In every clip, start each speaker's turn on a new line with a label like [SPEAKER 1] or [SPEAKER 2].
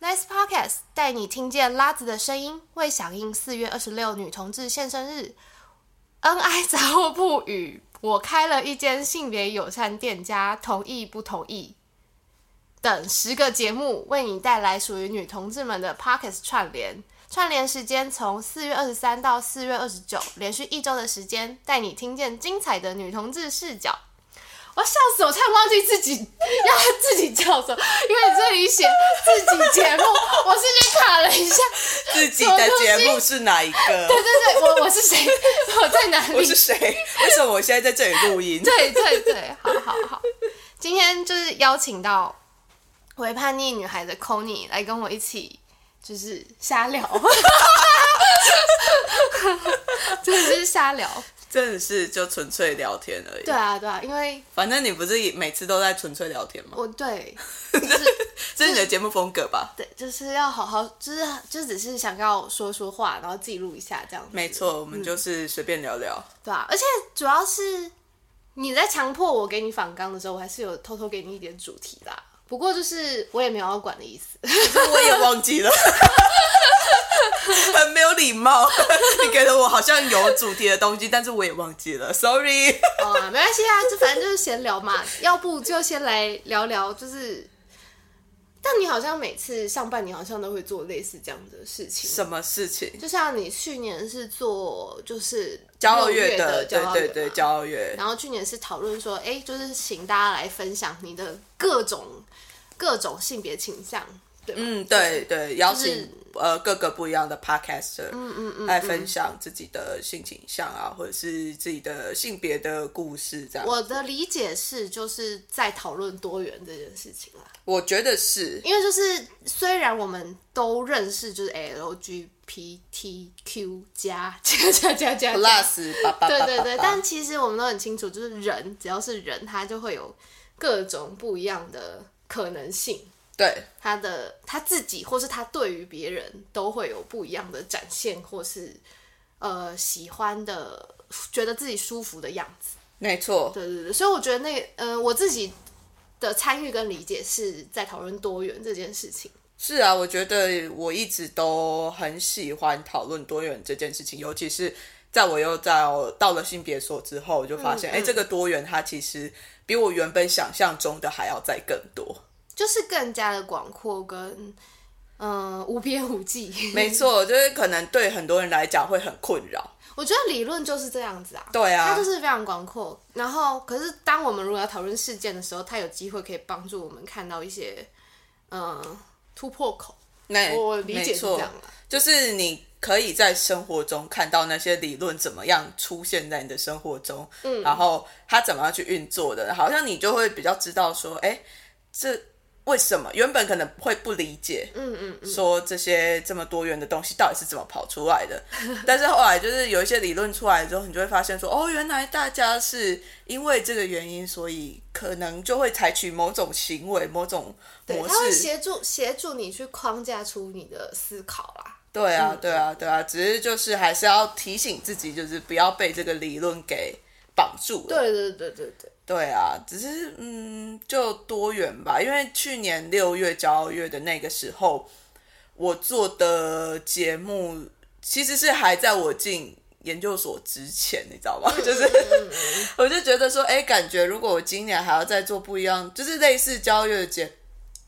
[SPEAKER 1] Nice Podcast 带你听见拉子的声音，为响应四月二十六女同志献生日，恩爱杂货铺与我开了一间性别友善店家，同意不同意？等十个节目为你带来属于女同志们的 Podcast 串联，串联时间从四月二十三到四月二十九，连续一周的时间，带你听见精彩的女同志视角。我笑死我，差点忘记自己要自己叫什么，因为这里写自己节目，我瞬间卡了一下。
[SPEAKER 2] 自己的节目是哪一个？
[SPEAKER 1] 对对对，我我是谁？我在哪里？
[SPEAKER 2] 我是谁？ 为什么我现在在这里录音？
[SPEAKER 1] 对对对，好好好，今天就是邀请到为叛逆女孩的 c o n y 来跟我一起，就是瞎 聊，真的是瞎聊。
[SPEAKER 2] 真的是就纯粹聊天而已。
[SPEAKER 1] 对啊对啊，因为
[SPEAKER 2] 反正你不是每次都在纯粹聊天吗？
[SPEAKER 1] 我对，就是
[SPEAKER 2] 这是你的节目风格吧？
[SPEAKER 1] 对，就是要好好，就是就只是想要说说话，然后记录一下这样子。
[SPEAKER 2] 没错，我们就是随便聊聊。
[SPEAKER 1] 对啊，而且主要是你在强迫我给你反纲的时候，我还是有偷偷给你一点主题啦。不过就是我也没有要管的意思，
[SPEAKER 2] 我也忘记了， 很没有礼貌。 你给了我好像有主题的东西，但是我也忘记了，sorry。
[SPEAKER 1] 哦、没关系啊，就反正就是闲聊嘛。要不就先来聊聊，就是，但你好像每次上半年好像都会做类似这样的事情，
[SPEAKER 2] 什么事情？
[SPEAKER 1] 就像你去年是做就是
[SPEAKER 2] 骄傲
[SPEAKER 1] 六
[SPEAKER 2] 月
[SPEAKER 1] 月
[SPEAKER 2] 的，
[SPEAKER 1] 骄
[SPEAKER 2] 对
[SPEAKER 1] 傲
[SPEAKER 2] 对
[SPEAKER 1] 月
[SPEAKER 2] 对，
[SPEAKER 1] 嘛
[SPEAKER 2] 骄傲月。
[SPEAKER 1] 然后去年是讨论说，哎、就是请大家来分享你的各种各种性别倾向，对吧？
[SPEAKER 2] 嗯，对对，邀请、
[SPEAKER 1] 就是
[SPEAKER 2] 呃各个不一样的 podcaster，嗯嗯嗯，来分享自己的性倾向啊，或者是自己的性别的故事这样。我
[SPEAKER 1] 我的理解是，就是在讨论多元这件事情啦。
[SPEAKER 2] 我觉得是，
[SPEAKER 1] 因为就是虽然我们都认识，就是 LGBTQ 加加加加 加
[SPEAKER 2] plus 八八八八
[SPEAKER 1] 对
[SPEAKER 2] 八，
[SPEAKER 1] 对对，但其实我们都很清楚，就是人只要是人，他就会有各种不一样的可能性。
[SPEAKER 2] 对
[SPEAKER 1] 他的他自己或是他对于别人都会有不一样的展现，或是呃喜欢的，觉得自己舒服的样子。
[SPEAKER 2] 没错，
[SPEAKER 1] 对对对，所以我觉得那个，呃，我自己的参与跟理解是在讨论多元这件事情。
[SPEAKER 2] 是啊，我觉得我一直都很喜欢讨论多元这件事情，尤其是在我又到到了性别所之后，我就
[SPEAKER 1] 嗯
[SPEAKER 2] 发现，哎、这个多元它其实比我原本想象中的还要再更多。
[SPEAKER 1] 就是更加的广阔跟嗯、呃无边无际。
[SPEAKER 2] 没错，就是可能对很多人来讲会很困扰。
[SPEAKER 1] 我觉得理论就是这样子啊，
[SPEAKER 2] 对啊
[SPEAKER 1] 它就是非常广阔。然后，可是当我们如果要讨论事件的时候，它有机会可以帮助我们看到一些嗯、呃突破口。
[SPEAKER 2] 那
[SPEAKER 1] 我理解
[SPEAKER 2] 没
[SPEAKER 1] 是
[SPEAKER 2] 错
[SPEAKER 1] 这样啊啦
[SPEAKER 2] 就是你可以在生活中看到那些理论怎么样出现在你的生活中，嗯，然后它怎么样去运作的，好像你就会比较知道说，哎，这为什么原本可能会不理解，嗯嗯说这些这么多元的东西到底是怎么跑出来的， 但是后来就是有一些理论出来之后，你就会发现说，哦，原来大家是因为这个原因，所以可能就会采取某种行为、某种
[SPEAKER 1] 对，
[SPEAKER 2] 模
[SPEAKER 1] 它会
[SPEAKER 2] 式，
[SPEAKER 1] 协助协助你去框架出你的思考啦。
[SPEAKER 2] 对啊，对啊，对啊，只是就是还是要提醒自己，就是不要被这个理论给绑住了。
[SPEAKER 1] 对对对对对，
[SPEAKER 2] 对啊，只是嗯，就多元吧，因为去年六月骄傲月的那个时候，我做的节目其实是还在我进研究所之前，你知道吗？就是我就觉得说，哎、感觉如果我今年还要再做不一样，就是类似交傲月的节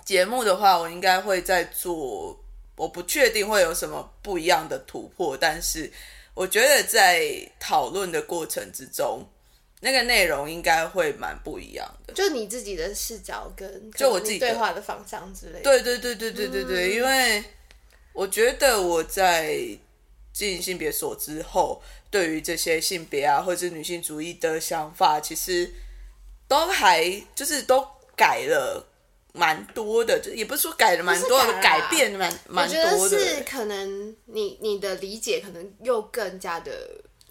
[SPEAKER 2] 节目的话，我应该会再做，我不确定会有什么不一样的突破，但是我觉得在讨论的过程之中，那个内容应该会蛮不一样的。
[SPEAKER 1] 就你自己的视角跟
[SPEAKER 2] 就我自己的
[SPEAKER 1] 对话的方向之类的。
[SPEAKER 2] 对对对对对对
[SPEAKER 1] 嗯
[SPEAKER 2] 对，因为我觉得我在进性别所之后，对于这些性别啊，或者是女性主义的想法，其实都还就是都改了蛮多的，就也不是说改了蛮多
[SPEAKER 1] 不
[SPEAKER 2] 的，
[SPEAKER 1] 是改啦
[SPEAKER 2] 改变蛮
[SPEAKER 1] 我
[SPEAKER 2] 蛮
[SPEAKER 1] 觉得
[SPEAKER 2] 多的。欸
[SPEAKER 1] 是可能你你的理解可能又更加的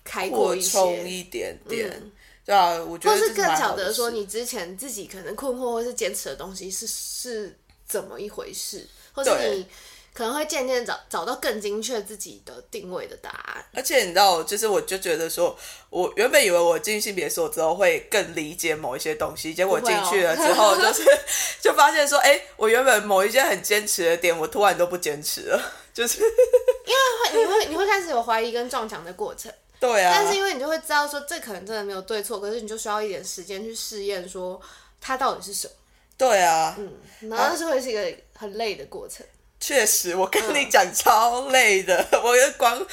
[SPEAKER 1] 开阔
[SPEAKER 2] 扩
[SPEAKER 1] 一
[SPEAKER 2] 充
[SPEAKER 1] 些，嗯
[SPEAKER 2] 一点点，对啊，我觉
[SPEAKER 1] 或
[SPEAKER 2] 得
[SPEAKER 1] 是
[SPEAKER 2] 这
[SPEAKER 1] 更
[SPEAKER 2] 蛮
[SPEAKER 1] 晓
[SPEAKER 2] 好的
[SPEAKER 1] 得说
[SPEAKER 2] 事
[SPEAKER 1] 你之前自己可能困惑或是坚持的东西是是怎么一回事，或是
[SPEAKER 2] 对
[SPEAKER 1] 你可能会渐渐找找到更精确自己的定位的答案。
[SPEAKER 2] 而且你知道，就是我就觉得说，我原本以为我进性别所之后会更理解某一些东西，结果
[SPEAKER 1] 不会
[SPEAKER 2] 进
[SPEAKER 1] 哦
[SPEAKER 2] 去了之后，就是 就发现说，哎、我原本某一些很坚持的点，我突然都不坚持了，就是
[SPEAKER 1] 会，你会你会开始有怀疑跟撞墙的过程，
[SPEAKER 2] 对啊。
[SPEAKER 1] 但是因为你就会知道说这可能真的没有对错，可是你就需要一点时间去试验说它到底是什么。
[SPEAKER 2] 对啊，
[SPEAKER 1] 嗯，然后那是会是一个很累的过程。
[SPEAKER 2] 确实，我
[SPEAKER 1] 嗯
[SPEAKER 2] 跟你讲超累的，我就光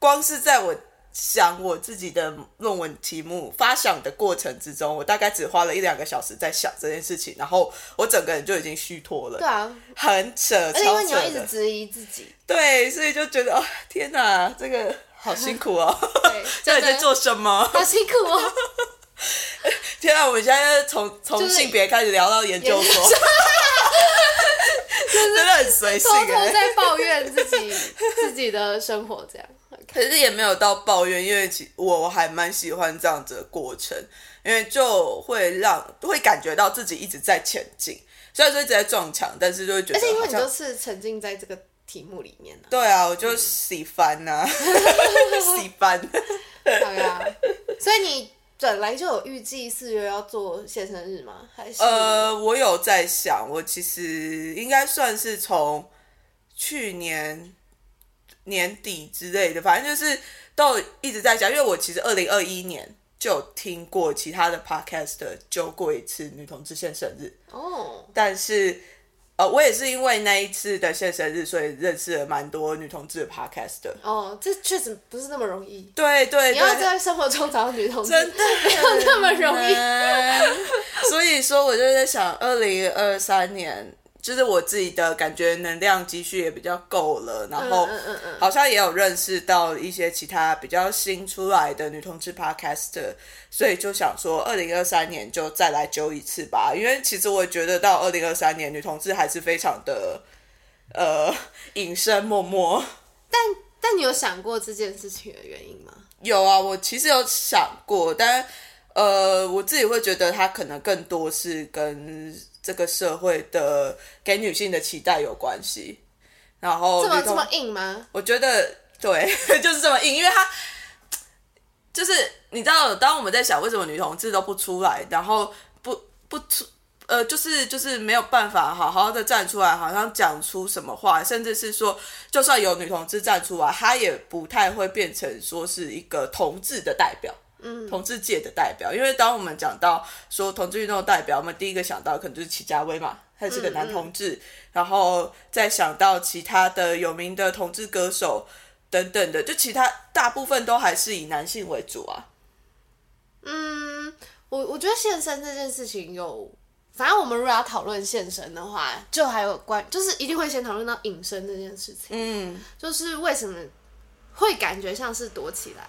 [SPEAKER 2] 光是在我想我自己的论文题目发想的过程之中，我大概只花了一两个小时在想这件事情，然后我整个人就已经虚脱了
[SPEAKER 1] 对，啊，
[SPEAKER 2] 很扯，
[SPEAKER 1] 而且因
[SPEAKER 2] 超
[SPEAKER 1] 为你
[SPEAKER 2] 扯
[SPEAKER 1] 要一直
[SPEAKER 2] 的，
[SPEAKER 1] 质疑自 己，
[SPEAKER 2] 对，所以就觉得哦，天哪，这个好辛苦哦，
[SPEAKER 1] 对，
[SPEAKER 2] 到底
[SPEAKER 1] 真
[SPEAKER 2] 在
[SPEAKER 1] 的
[SPEAKER 2] 做什么？
[SPEAKER 1] 好辛苦 哦。
[SPEAKER 2] 天啊，我们现在从
[SPEAKER 1] 就
[SPEAKER 2] 从
[SPEAKER 1] 是
[SPEAKER 2] 性别开始聊到研究
[SPEAKER 1] 研
[SPEAKER 2] 所， 真的很随性
[SPEAKER 1] 偷偷
[SPEAKER 2] 哎、
[SPEAKER 1] 在抱怨自己自己的生活，这样。
[SPEAKER 2] 可是也没有到抱怨，因为其我我还蛮喜欢这样子的过程，因为就会让会感觉到自己一直在前进，虽然说一直在撞墙，但是就会觉得
[SPEAKER 1] 而且因为
[SPEAKER 2] 啊好
[SPEAKER 1] 你
[SPEAKER 2] 像
[SPEAKER 1] 就是沉浸在这个题目里面呢、
[SPEAKER 2] 对啊，我就喜欢 呐、 喜欢。
[SPEAKER 1] 对啊，所以你本来就有预计四月要做现身日吗？还是、
[SPEAKER 2] 呃，我有在想，我其实应该算是从去年年底之类的，反正就是都一直在讲，因为我其实二零二一年就有听过其他的 podcast 的揪过一次女同志现生日，
[SPEAKER 1] 哦，
[SPEAKER 2] 但是呃，我也是因为那一次的现生日，所以认识了蛮多女同志的 podcast 的。
[SPEAKER 1] 哦，这确实不是那么容易。
[SPEAKER 2] 对对
[SPEAKER 1] 你要
[SPEAKER 2] 对，
[SPEAKER 1] 在生活中找到女同志，
[SPEAKER 2] 真的
[SPEAKER 1] 没有那么容易。
[SPEAKER 2] 易。 所以说，我就在想，二零二三年。就是我自己的感觉，能量积蓄也比较够了，然后
[SPEAKER 1] 嗯嗯嗯
[SPEAKER 2] 好像也有认识到一些其他比较新出来的女同志 podcaster，所以就想说，二零二三年就再来揪一次吧。因为其实我觉得到二零二三年，女同志还是非常的呃隐身默默。
[SPEAKER 1] 但你有想过这件事情的原因吗？
[SPEAKER 2] 有啊，我其实有想过，但呃，我自己会觉得它可能更多是跟这个社会的给女性的期待有关系。然后
[SPEAKER 1] 这么
[SPEAKER 2] 女
[SPEAKER 1] 这
[SPEAKER 2] 同
[SPEAKER 1] 么硬吗？
[SPEAKER 2] 我觉得对， 就是这么硬，因为他就是你知道，当我们在想为什么女同志都不出来，然后不不出。呃，就是就是没有办法好好的站出来，好像讲出什么话，甚至是说，就算有女同志站出来，她也不太会变成说是一个同志的代表，嗯，同志界的代表。因为当我们讲到说同志运动的代表，我们第一个想到可能就是齐家威嘛，他是个男同志，
[SPEAKER 1] 嗯
[SPEAKER 2] 然后再想到其他的有名的同志歌手等等的，就其他大部分都还是以男性为主啊。
[SPEAKER 1] 嗯，我我觉得现身这件事情有，反正我们如果要讨论现身的话，就还有关，就是一定会先讨论到隐身这件事情，
[SPEAKER 2] 嗯，
[SPEAKER 1] 就是为什么会感觉像是躲起来，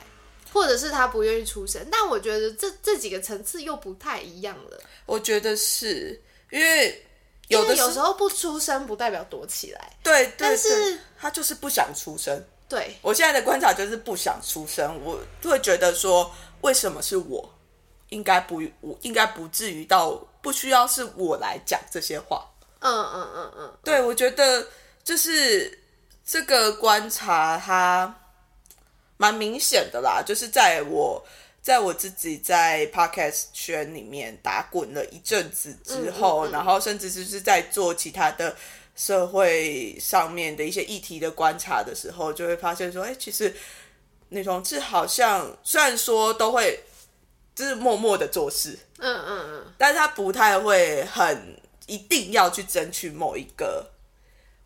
[SPEAKER 1] 或者是他不愿意出声，但我觉得这这几个层次又不太一样了，
[SPEAKER 2] 我觉得是因为
[SPEAKER 1] 因
[SPEAKER 2] 有
[SPEAKER 1] 为
[SPEAKER 2] 的
[SPEAKER 1] 有时
[SPEAKER 2] 候
[SPEAKER 1] 候不出声不代表躲起来，
[SPEAKER 2] 对，对
[SPEAKER 1] 但
[SPEAKER 2] 对
[SPEAKER 1] 是
[SPEAKER 2] 他就是不想出声。
[SPEAKER 1] 对，
[SPEAKER 2] 我现在的观察就是不想出声，我就会觉得说，为什么是我？应该不，我应该不至于到不需要是我来讲这些话。
[SPEAKER 1] 嗯嗯嗯嗯，
[SPEAKER 2] 对，我觉得就是这个观察它蛮明显的啦，就是在我在我自己在 podcast 圈里面打滚了一阵子之后，然后甚至就是在做其他的社会上面的一些议题的观察的时候，就会发现说，哎、其实女同志好像虽然说都会就是默默的做事，
[SPEAKER 1] 嗯嗯嗯，
[SPEAKER 2] 但是他不太会很一定要去争取某一个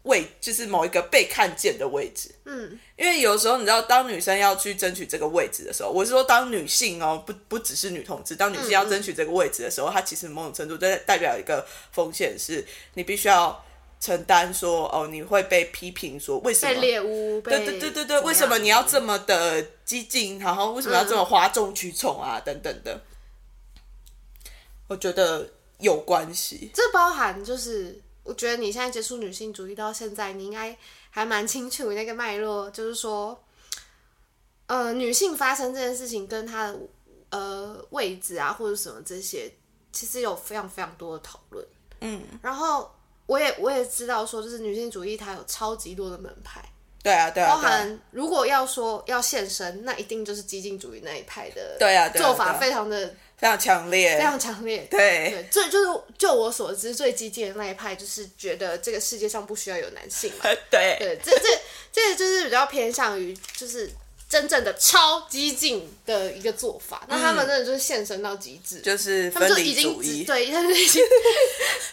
[SPEAKER 2] 位，就是某一个被看见的位置。
[SPEAKER 1] 嗯，
[SPEAKER 2] 因为有时候你知道，当女生要去争取这个位置的时候，我是说当女性哦，不不只是女同志，当女
[SPEAKER 1] 嗯
[SPEAKER 2] 性要争取这个位置的时候，她其实某种程度在代表一个风险，是你必须要承担说哦，你会被批评说为什
[SPEAKER 1] 被
[SPEAKER 2] 么
[SPEAKER 1] 猎巫，被
[SPEAKER 2] 对对对对对，为什么你要这么的激进，然后为什么要这么哗众取宠啊，等等的，我觉得有关系。
[SPEAKER 1] 这包含就是，我觉得你现在接触女性主义到现在，你应该还蛮清楚那个脉络，就是说，呃，女性发生这件事情跟她的呃位置啊或者什么这些，其实有非常非常多的讨论。嗯，然后我也我也知道说，就是女性主义它有超级多的门派，
[SPEAKER 2] 对啊，对啊，
[SPEAKER 1] 包
[SPEAKER 2] 对啊，
[SPEAKER 1] 含如果要说要现身，那一定就是激进主义那一派的，
[SPEAKER 2] 对啊对啊
[SPEAKER 1] 做
[SPEAKER 2] 对
[SPEAKER 1] 法
[SPEAKER 2] 啊
[SPEAKER 1] 非常的
[SPEAKER 2] 非常
[SPEAKER 1] 非
[SPEAKER 2] 强烈，
[SPEAKER 1] 常强烈。
[SPEAKER 2] 对
[SPEAKER 1] 对，最就是就我所知，最激进的那一派就是觉得这个世界上不需要有男性嘛。
[SPEAKER 2] 对
[SPEAKER 1] 对，这这这就是比较偏向于就是真正的超激进的一个做法。那他们真的就是献身到极致，
[SPEAKER 2] 嗯就是
[SPEAKER 1] 他们
[SPEAKER 2] 分
[SPEAKER 1] 就已
[SPEAKER 2] 离
[SPEAKER 1] 经
[SPEAKER 2] 主
[SPEAKER 1] 只
[SPEAKER 2] 义，
[SPEAKER 1] 对，他们已经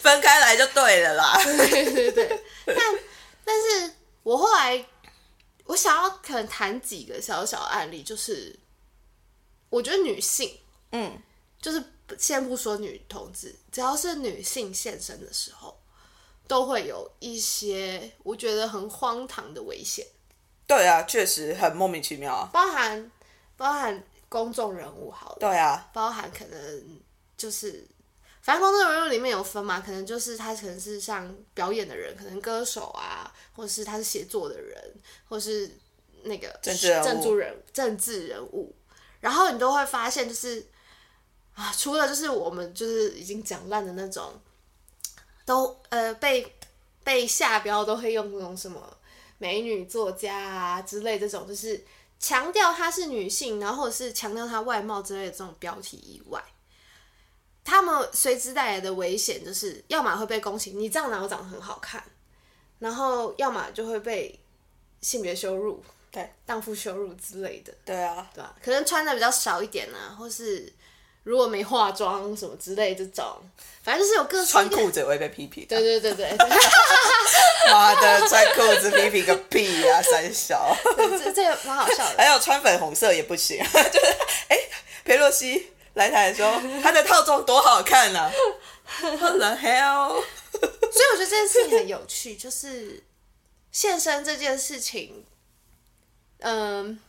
[SPEAKER 2] 分开来就对了啦。
[SPEAKER 1] 对 对对。但但是我后来我想要可能谈几个小小案例，就是我觉得女性
[SPEAKER 2] 嗯，
[SPEAKER 1] 就是先不说女同志，只要是女性现身的时候，都会有一些我觉得很荒唐的危险，
[SPEAKER 2] 对啊，确实很莫名其妙啊。
[SPEAKER 1] 包含包含公众人物好了，
[SPEAKER 2] 对啊，
[SPEAKER 1] 包含可能就是。反正公众人物里面有分嘛，可能就是他可能是像表演的人，可能歌手啊，或者是他是写作的人，或是那个
[SPEAKER 2] 政治人物
[SPEAKER 1] 政治人政治人物，然后你都会发现就是啊，除了就是我们就是已经讲烂的那种，都呃被被下标都会用那种什么美女作家啊之类这种，就是强调她是女性，然后或者是强调她外貌之类的这种标题以外，他们随之带来的危险就是，要么会被攻击，你这样哪有长得很好看，然后要么就会被性别羞辱、
[SPEAKER 2] 对
[SPEAKER 1] 荡妇羞辱之类的。
[SPEAKER 2] 对啊，
[SPEAKER 1] 对吧、可能穿的比较少一点啊，或是如果没化妆什么之类这种，反正就是有各式
[SPEAKER 2] 穿
[SPEAKER 1] 各样
[SPEAKER 2] 裤子啊也会被批评。
[SPEAKER 1] 对对对对，
[SPEAKER 2] 妈的，穿裤子批评个屁啊，三小。
[SPEAKER 1] 对这这个蛮好笑的。
[SPEAKER 2] 还有哎穿粉红色也不行， 就是哎，裴洛西来台的时候，她的套装多好 看啊！What the hell？
[SPEAKER 1] 所以我觉得这件事情很有趣， 就是现身这件事情，嗯，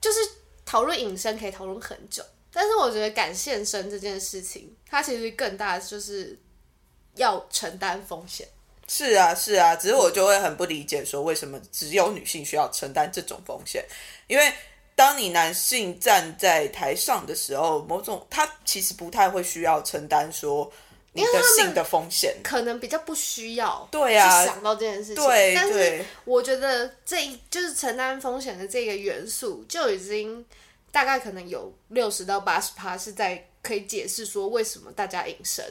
[SPEAKER 1] 就是讨论隐身可以讨论很久，但是我觉得敢现身这件事情，它其实更大的就是要承担风险。
[SPEAKER 2] 是啊，是啊，只是我就会很不理解，说为什么只有女性需要承担这种风险？因为当你男性站在台上的时候，某种他其实不太会需要承担说你的性的风险。
[SPEAKER 1] 可能比较不需要
[SPEAKER 2] 对啊
[SPEAKER 1] 去想到这件事情。
[SPEAKER 2] 对
[SPEAKER 1] 但是
[SPEAKER 2] 对
[SPEAKER 1] 我觉得这一就是承担风险的这个元素就已经大概可能有六十到八十趴是在可以解释说为什么大家隐身，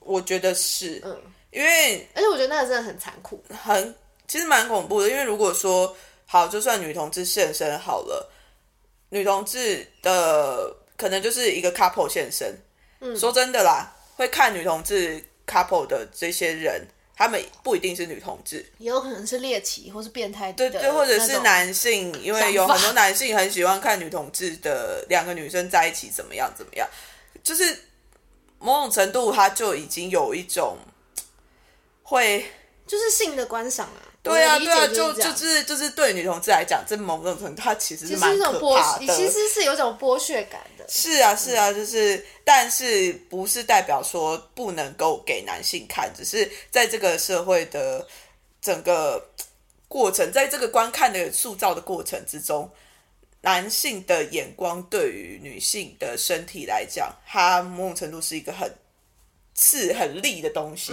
[SPEAKER 2] 我觉得是
[SPEAKER 1] 嗯，
[SPEAKER 2] 因为
[SPEAKER 1] 而且我觉得那个真的很残酷，
[SPEAKER 2] 很其实蛮恐怖的，因为如果说好，就算女同志现身好了，女同志的可能就是一个 couple 现身。嗯，说真的啦，会看女同志 couple 的这些人，他们不一定是女同志，
[SPEAKER 1] 也有可能是猎奇或是变态
[SPEAKER 2] 对
[SPEAKER 1] 的，
[SPEAKER 2] 对，或者是。男性，因为有
[SPEAKER 1] 想法
[SPEAKER 2] 很多男性很喜欢看女同志的两个女生在一起怎么样怎么样，就是某种程度他就已经有一种会。
[SPEAKER 1] 就是性的观赏啊，
[SPEAKER 2] 对啊，
[SPEAKER 1] 我的理解
[SPEAKER 2] 对啊，
[SPEAKER 1] 是
[SPEAKER 2] 就
[SPEAKER 1] 这样
[SPEAKER 2] 就是就是对女同志来讲，这某种程度它其实
[SPEAKER 1] 其实是
[SPEAKER 2] 是蛮
[SPEAKER 1] 一种
[SPEAKER 2] 可怕
[SPEAKER 1] 剥，
[SPEAKER 2] 的。
[SPEAKER 1] 其实是有一种剥削感的，
[SPEAKER 2] 是啊，是啊，就是，但是不是代表说不能够给男性看，只是在这个社会的整个过程，在这个观看的塑造的过程之中，男性的眼光对于女性的身体来讲，它某种程度是一个很刺、很利的东西，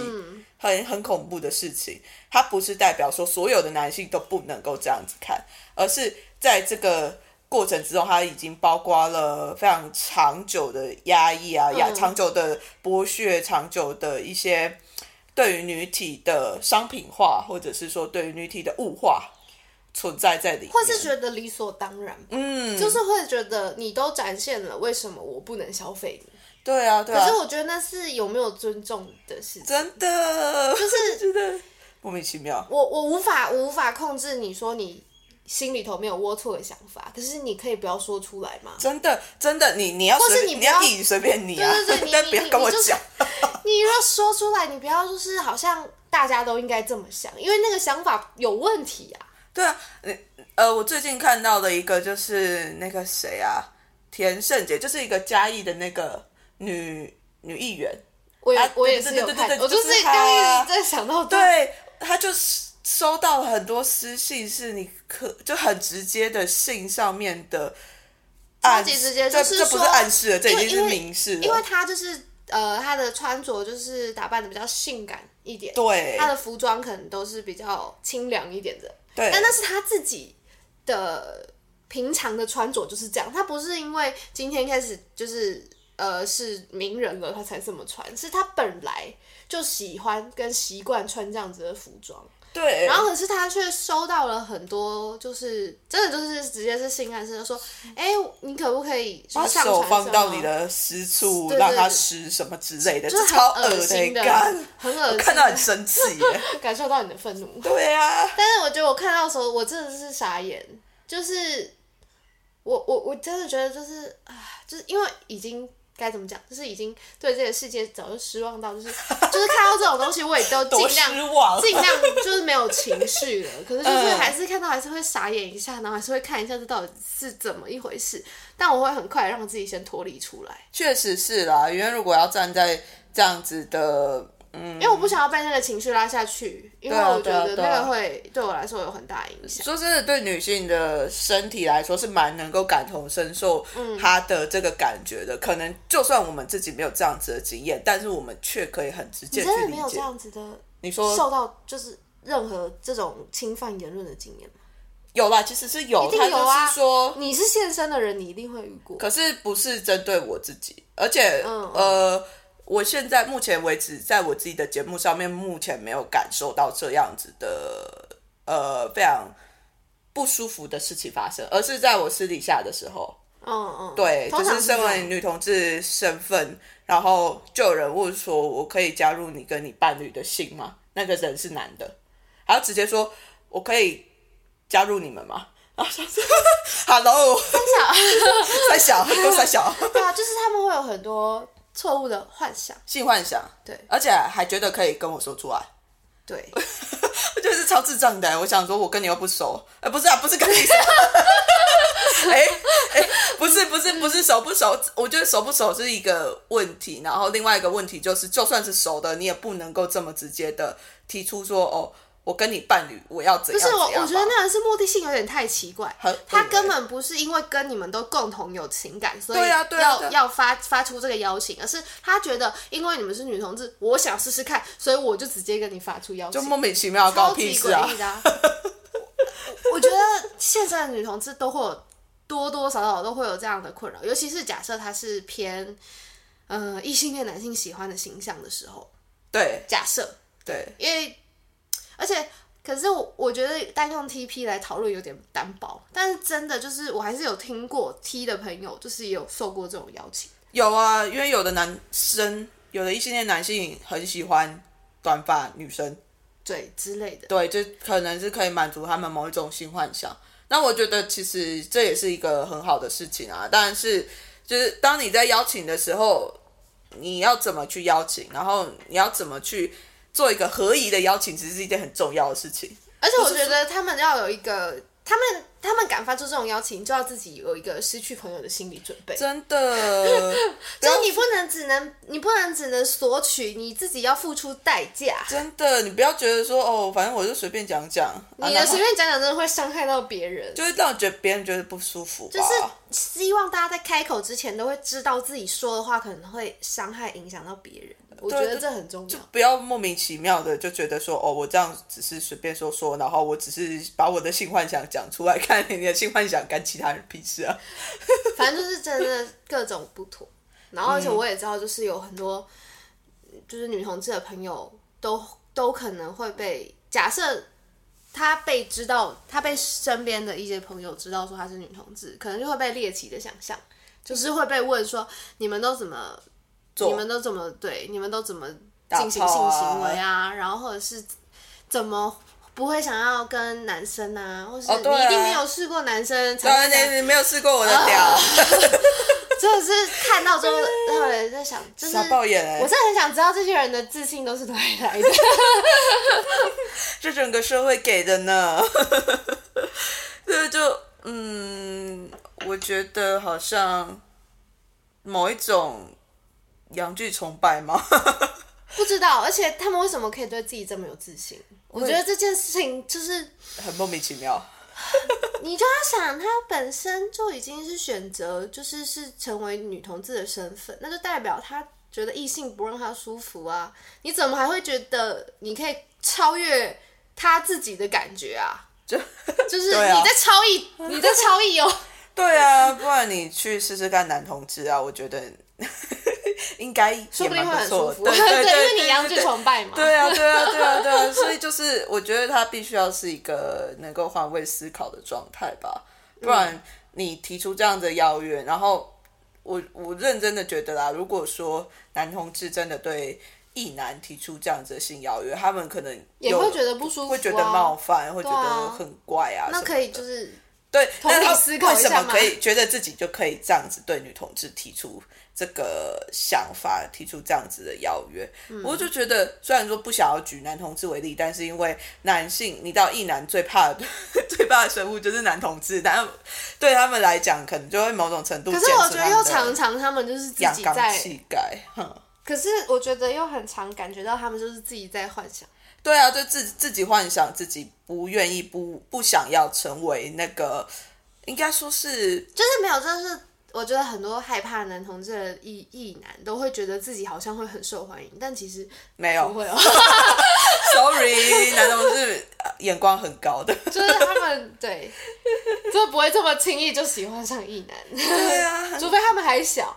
[SPEAKER 2] 很很恐怖的事情。它不是代表说所有的男性都不能够这样子看，而是在这个过程之中，它已经包括了非常长久的压抑啊，压、
[SPEAKER 1] 嗯
[SPEAKER 2] 长久的剥削，长久的一些对于女体的商品化，或者是说对于女体的物化存在在里面，
[SPEAKER 1] 或是觉得理所当然吧，
[SPEAKER 2] 嗯，
[SPEAKER 1] 就是会觉得你都展现了，为什么我不能消费你？
[SPEAKER 2] 对啊，对啊，
[SPEAKER 1] 可是我觉得那是有没有尊重的事情，
[SPEAKER 2] 真的
[SPEAKER 1] 就是
[SPEAKER 2] 真的莫名其妙，。
[SPEAKER 1] 我我无法我无法控制你说你心里头没有龌龊的想法，可是你可以不要说出来嘛
[SPEAKER 2] 真的真的，你你要
[SPEAKER 1] 或是
[SPEAKER 2] 随
[SPEAKER 1] 你
[SPEAKER 2] 便
[SPEAKER 1] 不
[SPEAKER 2] 你要
[SPEAKER 1] 要
[SPEAKER 2] 你随便你啊，
[SPEAKER 1] 对对对你
[SPEAKER 2] 但
[SPEAKER 1] 你
[SPEAKER 2] 不要
[SPEAKER 1] 你
[SPEAKER 2] 跟我
[SPEAKER 1] 就是
[SPEAKER 2] 讲，
[SPEAKER 1] 你若说出来，你不要就是好像大家都应该这么想，因为那个想法有问题啊。
[SPEAKER 2] 对啊，呃呃，我最近看到的一个就是那个谁啊，田胜杰，就是一个嘉义的那个女女议员，
[SPEAKER 1] 我也、
[SPEAKER 2] 啊
[SPEAKER 1] 我
[SPEAKER 2] 对
[SPEAKER 1] 也
[SPEAKER 2] 对
[SPEAKER 1] 是
[SPEAKER 2] 对
[SPEAKER 1] 有
[SPEAKER 2] 对
[SPEAKER 1] 看
[SPEAKER 2] 对，对
[SPEAKER 1] 我就
[SPEAKER 2] 就是是他
[SPEAKER 1] 刚
[SPEAKER 2] 啊
[SPEAKER 1] 一直在想到他，
[SPEAKER 2] 对，他就是收到了很多私信，是你可就很直接的信上面的暗
[SPEAKER 1] 超级直接
[SPEAKER 2] 这
[SPEAKER 1] 就是
[SPEAKER 2] 这不是
[SPEAKER 1] 说
[SPEAKER 2] 暗示了，这已
[SPEAKER 1] 因
[SPEAKER 2] 哦
[SPEAKER 1] 为
[SPEAKER 2] 经是明示了，
[SPEAKER 1] 因为他就是呃，她的穿着就是打扮的比较性感一点，
[SPEAKER 2] 对
[SPEAKER 1] 她的服装可能都是比较清凉一点的，
[SPEAKER 2] 对
[SPEAKER 1] 但那是她自己的平常的穿着就是这样，她不是因为今天开始就是呃是名人了她才这么穿，是她本来就喜欢跟习惯穿这样子的服装。
[SPEAKER 2] 对，
[SPEAKER 1] 然后可是他却收到了很多，就是真的就是直接是性暗示，就说，哎、你可不可以就
[SPEAKER 2] 把
[SPEAKER 1] 是上
[SPEAKER 2] 手
[SPEAKER 1] 传
[SPEAKER 2] 放
[SPEAKER 1] 什
[SPEAKER 2] 到
[SPEAKER 1] 么
[SPEAKER 2] 你的私处，
[SPEAKER 1] 对对
[SPEAKER 2] 让它
[SPEAKER 1] 对
[SPEAKER 2] 湿什么之类的，
[SPEAKER 1] 就是
[SPEAKER 2] 这超
[SPEAKER 1] 很恶
[SPEAKER 2] 恶
[SPEAKER 1] 心的
[SPEAKER 2] 干，，
[SPEAKER 1] 很恶心，
[SPEAKER 2] 看到很生气耶。
[SPEAKER 1] 感受到你的愤怒。
[SPEAKER 2] 对啊，
[SPEAKER 1] 但是我觉得我看到的时候，我真的是傻眼，就是我我我真的觉得就是啊，就是因为已经。该怎么讲？就是已经对这个世界早就失望到，就是 就是看到这种东西，我也都尽
[SPEAKER 2] 多
[SPEAKER 1] 量
[SPEAKER 2] 失望。嗯
[SPEAKER 1] 尽量就是没有情绪了， 可是就是还是看到还是会傻眼一下，然后还是会看一下这到底是怎么一回事。但我会很快让自己先脱离出来，
[SPEAKER 2] 确实是啦，因为如果要站在这样子的，
[SPEAKER 1] 因为我不想要被那个情绪拉下去，因为
[SPEAKER 2] 嗯对啊
[SPEAKER 1] 我觉
[SPEAKER 2] 对啊
[SPEAKER 1] 得
[SPEAKER 2] 对啊
[SPEAKER 1] 那个会对我来说有很大影响。
[SPEAKER 2] 说真的，对女性的身体来说是蛮能够感同身受
[SPEAKER 1] 嗯
[SPEAKER 2] 她的这个感觉的。可能就算我们自己没有这样子的经验，但是我们却可以很直接
[SPEAKER 1] 你
[SPEAKER 2] 去
[SPEAKER 1] 真的
[SPEAKER 2] 理
[SPEAKER 1] 没有这
[SPEAKER 2] 解。
[SPEAKER 1] 样子的
[SPEAKER 2] 你说
[SPEAKER 1] 受到就是任何这种侵犯言论的经验吗？
[SPEAKER 2] 有啦，其实是有，
[SPEAKER 1] 一定有啊
[SPEAKER 2] 他就是说，
[SPEAKER 1] 你是现身的人，你一定会遇过。
[SPEAKER 2] 可是不是针对我自己，而且、
[SPEAKER 1] 嗯
[SPEAKER 2] 呃，我现在目前为止，在我自己的节目上面，目前没有感受到这样子的呃非常不舒服的事情发生，而是在我私底下的时候，
[SPEAKER 1] 嗯嗯，
[SPEAKER 2] 对，
[SPEAKER 1] 通
[SPEAKER 2] 就
[SPEAKER 1] 常
[SPEAKER 2] 是身
[SPEAKER 1] 这
[SPEAKER 2] 为
[SPEAKER 1] 样
[SPEAKER 2] 女同志身份，然后就有人问说，我可以加入你跟你伴侣的姓吗？那个人是男的，还要直接说我可以加入你们吗？ 然后想说，Hello，三 小，三小，都三小，
[SPEAKER 1] 对啊，就是他们会有很多错误的幻想。
[SPEAKER 2] 性幻想，
[SPEAKER 1] 对
[SPEAKER 2] 而且还觉得可以跟我说出来，
[SPEAKER 1] 对，
[SPEAKER 2] 我 觉得是超智障的。欸我想说，我跟你又不熟，呃，不是啊，不是跟你熟， 哎哎、不是不是不是熟不熟，我觉得熟不熟是一个问题，然后另外一个问题就是，就算是熟的，你也不能够这么直接的提出说，哦，我跟你伴侣我要怎
[SPEAKER 1] 不
[SPEAKER 2] 样
[SPEAKER 1] 是我，
[SPEAKER 2] 怎样吧
[SPEAKER 1] 我觉得那个是目的性有点太奇怪
[SPEAKER 2] 很。
[SPEAKER 1] 他
[SPEAKER 2] 对
[SPEAKER 1] 根本不是因为跟你们都共同有情感，所以
[SPEAKER 2] 对啊
[SPEAKER 1] 要
[SPEAKER 2] 对啊对啊
[SPEAKER 1] 要发发出这个邀请，而是他觉得因为你们是女同志，我想试试看，所以我就直接跟你发出邀请
[SPEAKER 2] 就，莫名其妙搞
[SPEAKER 1] 超
[SPEAKER 2] 屁
[SPEAKER 1] 级
[SPEAKER 2] 事啊
[SPEAKER 1] 诡异！的、啊。我我觉得现在的女同志都会有多多少少都会有这样的困扰，尤其是假设他是偏呃异性恋男性喜欢的形象的时候，
[SPEAKER 2] 对
[SPEAKER 1] 假设
[SPEAKER 2] 对，
[SPEAKER 1] 因为而且可是我我觉得单用 TP 来讨论有点单薄，但是真的就是我还是有听过 T 的朋友，就是也有受过这种邀请。
[SPEAKER 2] 有啊，因为有的男生，有的异性恋男性很喜欢短发女生。
[SPEAKER 1] 对之类的，
[SPEAKER 2] 对，就可能是可以满足他们某一种性幻想。那我觉得其实这也是一个很好的事情啊，但是就是当你在邀请的时候，你要怎么去邀请，然后你要怎么去做一个合宜的邀请，其实是一件很重要的事情。
[SPEAKER 1] 而且我觉得他们要有一个，他们他们敢发出这种邀请，就要自己有一个失去朋友的心理准备。
[SPEAKER 2] 真 的，
[SPEAKER 1] 就是你不能只能，你不能只能索取，你自己要付出代价。
[SPEAKER 2] 真的，你不要觉得说哦，反正我就随便讲讲，啊
[SPEAKER 1] 你
[SPEAKER 2] 然
[SPEAKER 1] 的
[SPEAKER 2] 后
[SPEAKER 1] 随便讲讲真的会伤害到别人，
[SPEAKER 2] 就会让觉得别人觉得不舒服吧。
[SPEAKER 1] 就是希望大家在开口之前都会知道自己说的话可能会伤害影响到别人，我觉得这很重要。
[SPEAKER 2] 不要莫名其妙的就觉得说哦，我这样只是随便说说，然后我只是把我的性幻想讲出来，看你的性幻想干其他人屁事啊！
[SPEAKER 1] 反正就是真的各种不妥，然后而且
[SPEAKER 2] 嗯
[SPEAKER 1] 我也知道，就是有很多就是女同志的朋友都都可能会被假设。她被知道，她被身边的一些朋友知道说她是女同志，可能就会被猎奇的想象，就是会被问说你们都怎么你们都怎么对？你们都怎么进行性行为啊？然后或者是怎么不会想要跟男生啊？或是
[SPEAKER 2] 哦
[SPEAKER 1] 你
[SPEAKER 2] 对啊啊
[SPEAKER 1] 一定没有试过男生
[SPEAKER 2] 当然
[SPEAKER 1] 才会想，
[SPEAKER 2] 你你没有试过我的 屌，
[SPEAKER 1] 真的是看到之后，后来在想，就是
[SPEAKER 2] 傻爆眼哎、
[SPEAKER 1] 我真的很想知道这些人的自信都是哪里来的。
[SPEAKER 2] 这整个社会给的呢。 对，就嗯，我觉得好像某一种洋剧崇拜吗？
[SPEAKER 1] 不知道，而且他们为什么可以对自己这么有自信？我
[SPEAKER 2] 也
[SPEAKER 1] 觉得这件事情就是，
[SPEAKER 2] 很莫名其妙。
[SPEAKER 1] 你就要想，他本身就已经是选择，就是是成为女同志的身份，那就代表他觉得异性不让他舒服啊，你怎么还会觉得你可以超越他自己的感觉啊？
[SPEAKER 2] 就
[SPEAKER 1] 就是
[SPEAKER 2] 对啊
[SPEAKER 1] 你在超意，你在超意哦。
[SPEAKER 2] 对啊，不然你去试试看男同志啊，我觉得 应该
[SPEAKER 1] 说
[SPEAKER 2] 也
[SPEAKER 1] 不定
[SPEAKER 2] 蛮
[SPEAKER 1] 会很舒
[SPEAKER 2] 错的。
[SPEAKER 1] 服，
[SPEAKER 2] 对对对，
[SPEAKER 1] 因为你阳具崇拜嘛。
[SPEAKER 2] 对啊，对啊，对啊，对啊，所以就是我觉得他必须要是一个能够换位思考的状态吧，
[SPEAKER 1] 嗯
[SPEAKER 2] 不然你提出这样的邀约，然后我我认真的觉得啦，如果说男同志真的对异男提出这样子的性邀约，他们可能
[SPEAKER 1] 也
[SPEAKER 2] 有
[SPEAKER 1] 会觉得不舒服啊
[SPEAKER 2] 会觉得冒犯，会觉
[SPEAKER 1] 对
[SPEAKER 2] 得
[SPEAKER 1] 啊
[SPEAKER 2] 很怪啊什么的。
[SPEAKER 1] 那可以就是
[SPEAKER 2] 对，
[SPEAKER 1] 同
[SPEAKER 2] 那
[SPEAKER 1] 理
[SPEAKER 2] 他
[SPEAKER 1] 思考一
[SPEAKER 2] 为什
[SPEAKER 1] 下
[SPEAKER 2] 么
[SPEAKER 1] 嘛
[SPEAKER 2] 可以觉得自己就可以这样子对女同志提出这个想法，提出这样子的邀约？
[SPEAKER 1] 嗯
[SPEAKER 2] 我就觉得，虽然说不想要举男同志为例，但是因为男性，你知道异男最怕的 最怕的生物就是男同志，但对他们来讲，可能就会某种程度
[SPEAKER 1] 可是
[SPEAKER 2] 减损
[SPEAKER 1] 我
[SPEAKER 2] 他
[SPEAKER 1] 觉
[SPEAKER 2] 们
[SPEAKER 1] 得又常
[SPEAKER 2] 的
[SPEAKER 1] 常他们就是自
[SPEAKER 2] 阳
[SPEAKER 1] 己
[SPEAKER 2] 刚
[SPEAKER 1] 在，
[SPEAKER 2] 气概。哼
[SPEAKER 1] 可是我觉得又很常感觉到他们就是自己在幻想。
[SPEAKER 2] 对啊，就自自己幻想自己不愿意、不不想要成为那个，应该说是
[SPEAKER 1] 就是没有，就是我觉得很多害怕男同志的异异男都会觉得自己好像会很受欢迎，但其实
[SPEAKER 2] 没有
[SPEAKER 1] 不会哦，
[SPEAKER 2] Sorry，男 同志呃眼光很高的。
[SPEAKER 1] 就是他们对，就不会这么轻易就喜欢上异男，
[SPEAKER 2] 对 啊，
[SPEAKER 1] 除非他们还小，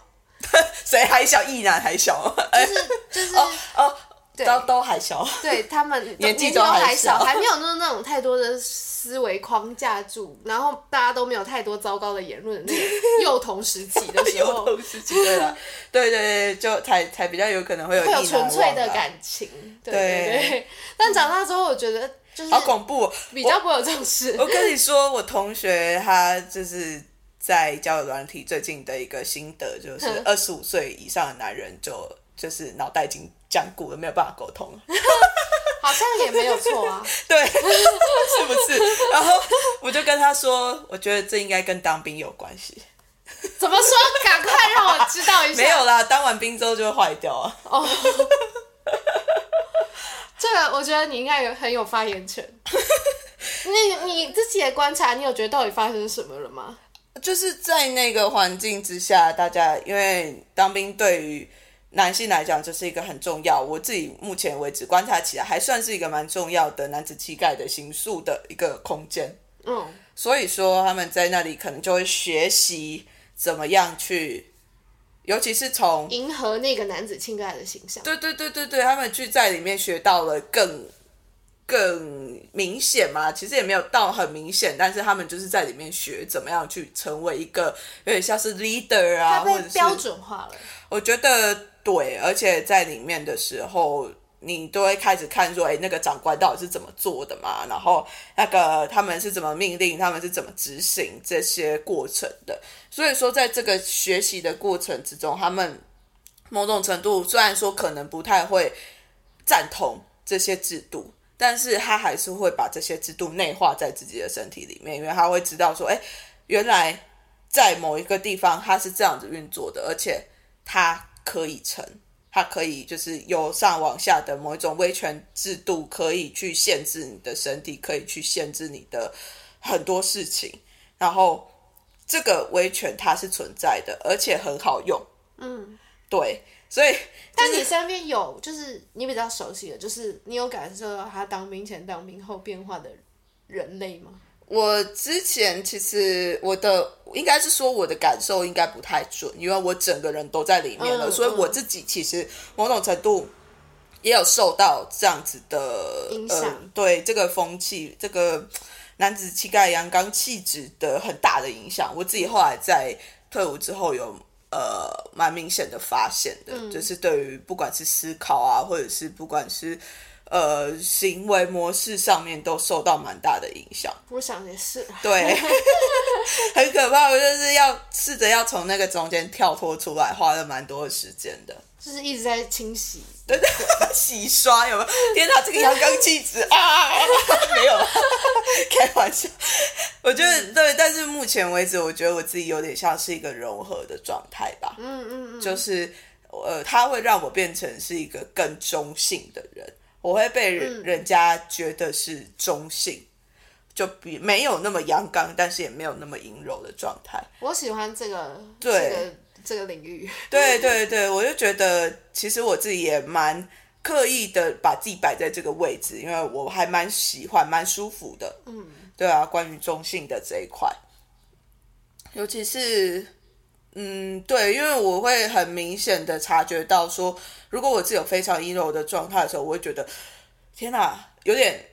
[SPEAKER 2] 谁还小？一男还小？
[SPEAKER 1] 就是就是、
[SPEAKER 2] 哎哦，
[SPEAKER 1] 对
[SPEAKER 2] 都都还小。
[SPEAKER 1] 对他们
[SPEAKER 2] 年纪
[SPEAKER 1] 都
[SPEAKER 2] 都
[SPEAKER 1] 还
[SPEAKER 2] 还
[SPEAKER 1] 小，
[SPEAKER 2] 小
[SPEAKER 1] 还没有那那种太多的思维框架住，然后大家都没有太多糟糕的言论 的那个幼童时期的时
[SPEAKER 2] 有
[SPEAKER 1] 候，
[SPEAKER 2] 同时期对 了，对对对，就才才比较有可能会有
[SPEAKER 1] 会有
[SPEAKER 2] 意
[SPEAKER 1] 纯
[SPEAKER 2] 难
[SPEAKER 1] 粹
[SPEAKER 2] 忘
[SPEAKER 1] 的
[SPEAKER 2] 啦。
[SPEAKER 1] 感情，对
[SPEAKER 2] 对
[SPEAKER 1] 对对。但长大之后，我觉得就是
[SPEAKER 2] 好恐怖哦！
[SPEAKER 1] 比较不会有这种事。
[SPEAKER 2] 我跟你说，我同学他就是在交友软体最近的一个心得，就是
[SPEAKER 1] 嗯
[SPEAKER 2] 二十五岁以上的男人就就是脑袋已经僵固了，没有办法沟通 了。
[SPEAKER 1] 好像也没有错啊，
[SPEAKER 2] 对， 是不是？然后我就跟他说，我觉得这应该跟当兵有关系。
[SPEAKER 1] 怎么说？赶快让我知道一下。
[SPEAKER 2] 没有啦，当完兵之后就会坏掉啊。
[SPEAKER 1] 哦，这个我觉得你应该有很有发言 权。你你自己也观察，你有觉得到底发生什么了吗？
[SPEAKER 2] 就是在那个环境之下，大家因为当兵对于男性来讲，这是一个很重要。我自己目前为止观察起来，还算是一个蛮重要的男子气概的形塑的一个空间。
[SPEAKER 1] 嗯，
[SPEAKER 2] 所以说他们在那里可能就会学习怎么样去，尤其是从
[SPEAKER 1] 迎合那个男子气概的形象。
[SPEAKER 2] 对对对对对，他们去在里面学到了更更明显嘛，其实也没有到很明显，但是他们就是在里面学怎么样去成为一个有点像是 leader 啊，
[SPEAKER 1] 它
[SPEAKER 2] 或
[SPEAKER 1] 被
[SPEAKER 2] 者
[SPEAKER 1] 标
[SPEAKER 2] 是
[SPEAKER 1] 准化了，
[SPEAKER 2] 我觉得对，而且在里面的时候。你都会开始看说，哎、那个长官到底是怎么做的嘛？然后那个他们是怎么命令，他们是怎么执行这些过程的？所以说，在这个学习的过程之中，他们某种程度虽然说可能不太会赞同这些制度，但是他还是会把这些制度内化在自己的身体里面，因为他会知道说，哎，原来在某一个地方他是这样子运作的，而且他可以成。他可以就是由上往下的某一种威权制度，可以去限制你的身体，可以去限制你的很多事情。然后这个威权它是存在的，而且很好用。
[SPEAKER 1] 嗯。
[SPEAKER 2] 对，所以
[SPEAKER 1] 但你身边有，就是你比较熟悉的，就是你有感受到他当兵前、当兵后变化的人类吗？
[SPEAKER 2] 我之前其实我的应该是说我的感受应该不太准，因为我整个人都在里面了，
[SPEAKER 1] 嗯
[SPEAKER 2] 所以我自己其实某种程度也有受到这样子的
[SPEAKER 1] 影响
[SPEAKER 2] 呃，对这个风气，这个男子气概、阳刚气质的很大的影响。我自己后来在退伍之后有呃蛮明显的发现的，
[SPEAKER 1] 嗯
[SPEAKER 2] 就是对于不管是思考啊，或者是不管是呃行为模式上面都受到蛮大的影响。
[SPEAKER 1] 我想也是啊，
[SPEAKER 2] 对，很可怕。我就是要试着要从那个中间跳脱出来，花了蛮多的时间的。
[SPEAKER 1] 就是一直在清洗。
[SPEAKER 2] 对对，洗刷有没有？天哪，这个阳刚气质啊！ 没有啦，开玩笑。我觉得对，但是目前为止，我觉得我自己有点像是一个柔和的状态吧。
[SPEAKER 1] 嗯嗯嗯，
[SPEAKER 2] 就是呃，他会让我变成是一个更中性的人，我会被
[SPEAKER 1] 嗯
[SPEAKER 2] 人、人家觉得是中性，就比没有那么阳刚，但是也没有那么阴柔的状态。
[SPEAKER 1] 我喜欢这个
[SPEAKER 2] 对
[SPEAKER 1] 这个这个领域。
[SPEAKER 2] 对对对，我就觉得其实我自己也蛮刻意的把自己摆在这个位置，因为我还蛮喜欢、蛮舒服的。嗯，对啊，关于中性的这一块，尤其是嗯，对，因为我会很明显的察觉到说，如果我自己有非常 emo 的状态的时候，我会觉得天哪，有点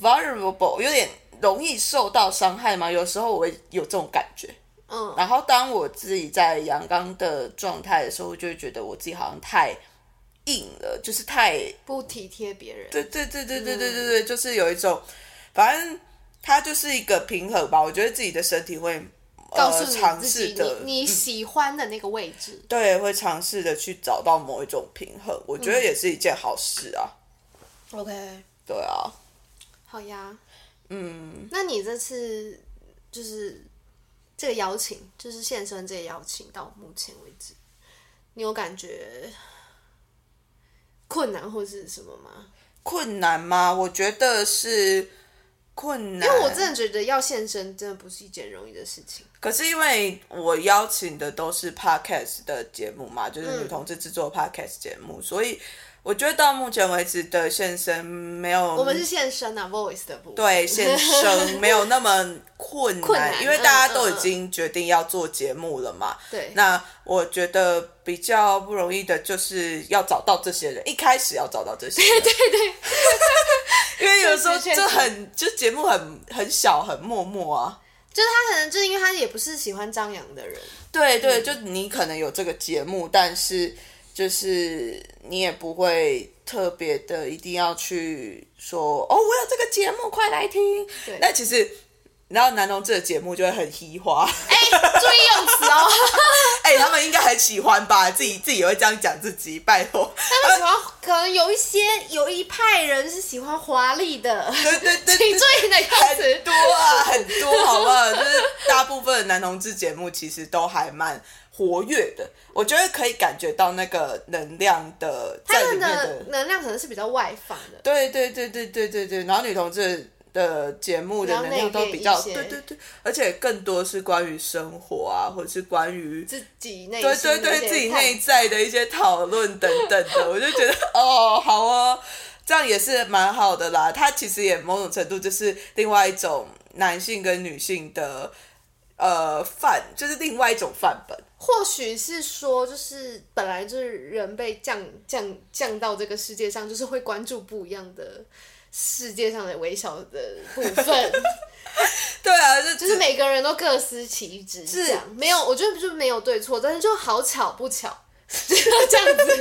[SPEAKER 2] vulnerable，有点容易受到伤害嘛。有时候我会有这种感觉。
[SPEAKER 1] 嗯，
[SPEAKER 2] 然后当我自己在阳刚的状态的时候，我就会觉得我自己好像太硬了，就是太
[SPEAKER 1] 不体贴别人。
[SPEAKER 2] 对对对对对对对对，就是有一种，反正它就是一个平衡吧。我觉得自己的身体会
[SPEAKER 1] 告诉
[SPEAKER 2] 呃
[SPEAKER 1] 你
[SPEAKER 2] 尝
[SPEAKER 1] 自
[SPEAKER 2] 试
[SPEAKER 1] 己
[SPEAKER 2] 的，
[SPEAKER 1] 你你喜欢的那个位置。
[SPEAKER 2] 对，会尝试的去找到某一种平衡，我觉得也是一件好事啊。
[SPEAKER 1] OK，
[SPEAKER 2] 对啊，
[SPEAKER 1] 好呀。嗯，那你这次就是这个邀请，就是现身这个邀请，到目前为止，你有感觉困难或是什么吗？
[SPEAKER 2] 困难吗？我觉得是困难，
[SPEAKER 1] 因为我真的觉得要现身真的不是一件容易的事情。
[SPEAKER 2] 可是因为我邀请的都是 podcast 的节目嘛，
[SPEAKER 1] 嗯
[SPEAKER 2] 就是女同志制作 podcast 节目，所以我觉得到目前为止的现身没有
[SPEAKER 1] 我们是现身啊，voice 的部分。
[SPEAKER 2] 嗯对 现身没有那么困难，
[SPEAKER 1] 困难
[SPEAKER 2] 因为大
[SPEAKER 1] 嗯
[SPEAKER 2] 家都已
[SPEAKER 1] 嗯
[SPEAKER 2] 经决定要做节目了嘛。
[SPEAKER 1] 对，
[SPEAKER 2] 那我觉得比较不容易的就是要找到这些人，一开始要找到这些 人。对对对，因为有时候
[SPEAKER 1] 确实
[SPEAKER 2] 就很就节目很很小很默默啊。
[SPEAKER 1] 就是他可能就是因为他也不是喜欢张扬的人，
[SPEAKER 2] 对
[SPEAKER 1] 嗯
[SPEAKER 2] 对，就你可能有这个节目，但是就是你也不会特别的一定要去说哦，我有这个节目，快来听
[SPEAKER 1] 对。
[SPEAKER 2] 那其实。然后男同志的节目就会很 嘻花，
[SPEAKER 1] 注意用词哦。
[SPEAKER 2] 哎、他们应该很喜欢吧？自己自己也会这样讲自己，拜 托。
[SPEAKER 1] 他们喜欢，可能有一些有一派人是喜欢华丽的，
[SPEAKER 2] 对对对，
[SPEAKER 1] 请注意你的用
[SPEAKER 2] 很
[SPEAKER 1] 词。
[SPEAKER 2] 多啊，很多，好不好？就是大部分的男同志节目其实都还蛮活跃的，我觉得可以感觉到那个能量的
[SPEAKER 1] 他
[SPEAKER 2] 在
[SPEAKER 1] 们
[SPEAKER 2] 里面
[SPEAKER 1] 的能量可能是比较外放的，
[SPEAKER 2] 对对对对对对对，然后女同志的节目的能量都比
[SPEAKER 1] 比
[SPEAKER 2] 较，
[SPEAKER 1] 较内敛一
[SPEAKER 2] 对
[SPEAKER 1] 些
[SPEAKER 2] 对对，而且更多是关于生活啊，或者是关于
[SPEAKER 1] 自己内
[SPEAKER 2] 对
[SPEAKER 1] 心
[SPEAKER 2] 对
[SPEAKER 1] 的一些
[SPEAKER 2] 对自己
[SPEAKER 1] 探
[SPEAKER 2] 内在的一些讨论等等的，我就觉得哦，好哦，这样也是蛮好的啦。它其实也某种程度就是另外一种男性跟女性的呃范，就是另外一种范本。
[SPEAKER 1] 或许是说，就是本来就是人被降降降到这个世界上，就是会关注不一样的世界上的微小的部 分，
[SPEAKER 2] 对啊，就
[SPEAKER 1] 就是每个人都各司其职，
[SPEAKER 2] 是
[SPEAKER 1] 这样没有，我觉得就没有对错，但是就好巧不巧， 就这样子。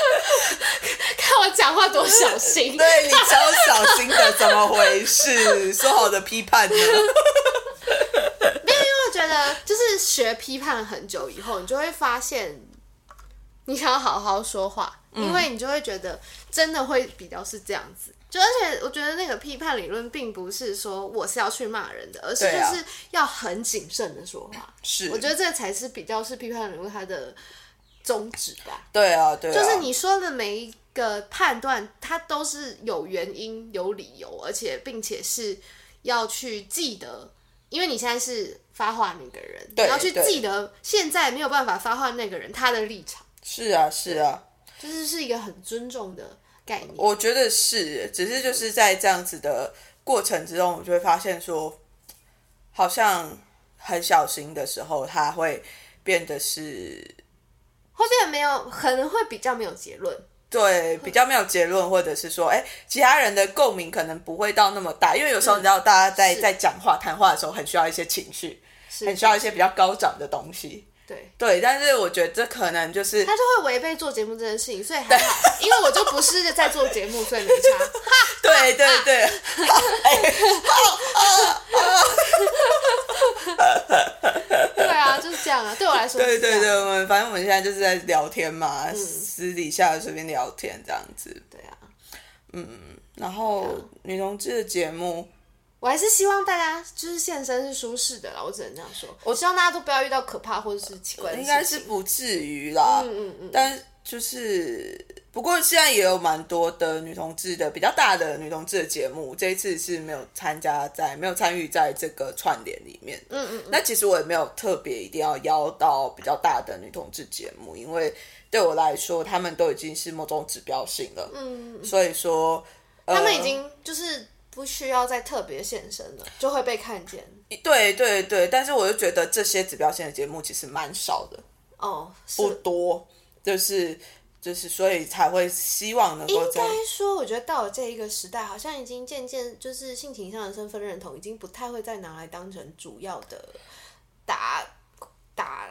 [SPEAKER 1] 看我讲话多小心，
[SPEAKER 2] 对你超小心的，怎么回事？说好的批 判呢？
[SPEAKER 1] 我觉得 就是学批判很久以后，你就会发现，你想要好好说话，
[SPEAKER 2] 嗯
[SPEAKER 1] 因为你就会觉得真的会比较是这样子。就而且我觉得那个批判理论并不是说我是要去骂人的，而是
[SPEAKER 2] 对啊
[SPEAKER 1] 就是要很谨慎的说话。
[SPEAKER 2] 是，
[SPEAKER 1] 我觉得这才是比较是批判理论它的宗旨吧，
[SPEAKER 2] 对啊，对啊，
[SPEAKER 1] 就是你说的每一个判断，它都是有原因、有理由，而且并且是要去记得，因为你现在是发话那个人，你
[SPEAKER 2] 对
[SPEAKER 1] 要去
[SPEAKER 2] 对
[SPEAKER 1] 记得现在没有办法发话那个人他的立场，
[SPEAKER 2] 是啊，是啊，
[SPEAKER 1] 就是是一个很尊重的概念。
[SPEAKER 2] 我觉得是，只是就是在这样子的过程之中，我就会发现说，好像很小心的时候，他会变得是
[SPEAKER 1] 会变得没有，可能会比较没有结论，
[SPEAKER 2] 对比较没有结论，或者是说，哎、其他人的共鸣可能不会到那么大，因为有时候你知道，大家在、
[SPEAKER 1] 嗯是
[SPEAKER 2] 在讲话谈话的时候，很需要一些情绪，
[SPEAKER 1] 是
[SPEAKER 2] 很需要一些比较高涨的东西。
[SPEAKER 1] 对。
[SPEAKER 2] 对，但是我觉得这可能就是
[SPEAKER 1] 他就会违背做节目这件事情，所以还好，因为我就不是在做节目，所以没 差。
[SPEAKER 2] 对对对，
[SPEAKER 1] 对啊，就是这样啊，对我来说
[SPEAKER 2] 对
[SPEAKER 1] 是这
[SPEAKER 2] 对
[SPEAKER 1] 样。
[SPEAKER 2] 对，我们反正我们现在就是在聊天嘛，私底下随便聊天这样子。
[SPEAKER 1] 对啊，
[SPEAKER 2] 然后女同志的节目，
[SPEAKER 1] 我还是希望大家就是现身是舒适的啦，我只能这样说。我希望大家都不要遇到可怕或者是奇怪的事
[SPEAKER 2] 应
[SPEAKER 1] 情。
[SPEAKER 2] 该是不至于啦，
[SPEAKER 1] 嗯嗯嗯，
[SPEAKER 2] 但就是不过现在也有蛮多的女同志的比较大的女同志的节目，这一次是没有参加在没有参与在这个串联里面。
[SPEAKER 1] 嗯嗯，
[SPEAKER 2] 那其实我也没有特别一定要邀到比较大的女同志节目，因为对我来说，他们都已经是某种指标性了。
[SPEAKER 1] 嗯，
[SPEAKER 2] 所以说，呃
[SPEAKER 1] 他们已经就是不需要再特别现身了，就会被看见。
[SPEAKER 2] 对对对，但是我就觉得这些指标性的节目其实蛮少的，
[SPEAKER 1] 哦，是
[SPEAKER 2] 不多，就是就是，所以才会希望能够
[SPEAKER 1] 应
[SPEAKER 2] 在
[SPEAKER 1] 该说，我觉得到了这一个时代，好像已经渐渐就是性倾向的身份认同，已经不太会再拿来当成主要的打打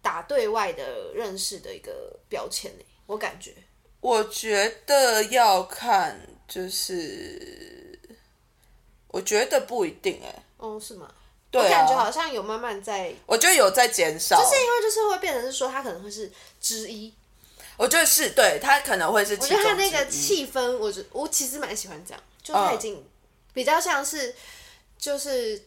[SPEAKER 1] 打对外的认识的一个标签呢。我感觉，
[SPEAKER 2] 我觉得要看，就是我觉得不一定哎、
[SPEAKER 1] 哦，是吗？
[SPEAKER 2] 对
[SPEAKER 1] 我感觉
[SPEAKER 2] 啊，
[SPEAKER 1] 好像有慢慢在，
[SPEAKER 2] 我觉得有在减少，
[SPEAKER 1] 是因为就是会变成是说，他可能会是之一。
[SPEAKER 2] 我觉得是对他可能会是
[SPEAKER 1] 我
[SPEAKER 2] 其
[SPEAKER 1] 觉
[SPEAKER 2] 中
[SPEAKER 1] 得他那
[SPEAKER 2] 之
[SPEAKER 1] 个
[SPEAKER 2] 一嗯
[SPEAKER 1] 气氛，我觉我其实蛮喜欢这样，就他已经比较像是，就是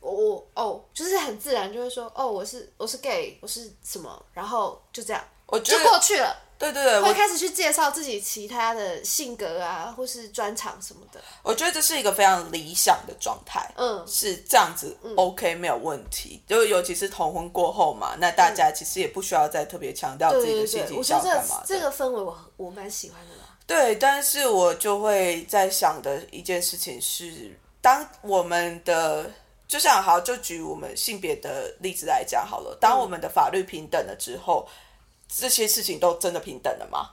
[SPEAKER 1] 我我哦，就是很自然就会说哦，我是我是 gay，我是什么，然后就这样
[SPEAKER 2] 我觉
[SPEAKER 1] 就
[SPEAKER 2] 得
[SPEAKER 1] 过去了，
[SPEAKER 2] 对对对，
[SPEAKER 1] 会
[SPEAKER 2] 我
[SPEAKER 1] 开始去介绍自己其他的性格啊，或是专长什么的。
[SPEAKER 2] 我觉得这是一个非常理想的状态，
[SPEAKER 1] 嗯
[SPEAKER 2] 是这样子、OK 没有问题，就尤其是同婚过后嘛，那大家其实也不需要再特别强调
[SPEAKER 1] 对
[SPEAKER 2] 啊自
[SPEAKER 1] 嗯
[SPEAKER 2] 己
[SPEAKER 1] 对
[SPEAKER 2] 的性
[SPEAKER 1] 对，
[SPEAKER 2] 倾
[SPEAKER 1] 我觉
[SPEAKER 2] 向
[SPEAKER 1] 得这
[SPEAKER 2] 干嘛
[SPEAKER 1] 个
[SPEAKER 2] 的，
[SPEAKER 1] 这个氛围我很我蛮喜欢的啦。
[SPEAKER 2] 对，但是我就会在想的一件事情是，当我们的就像好，就举我们性别的例子来讲好了，当我们的法律平等了之后，这些事情都真的平等了吗？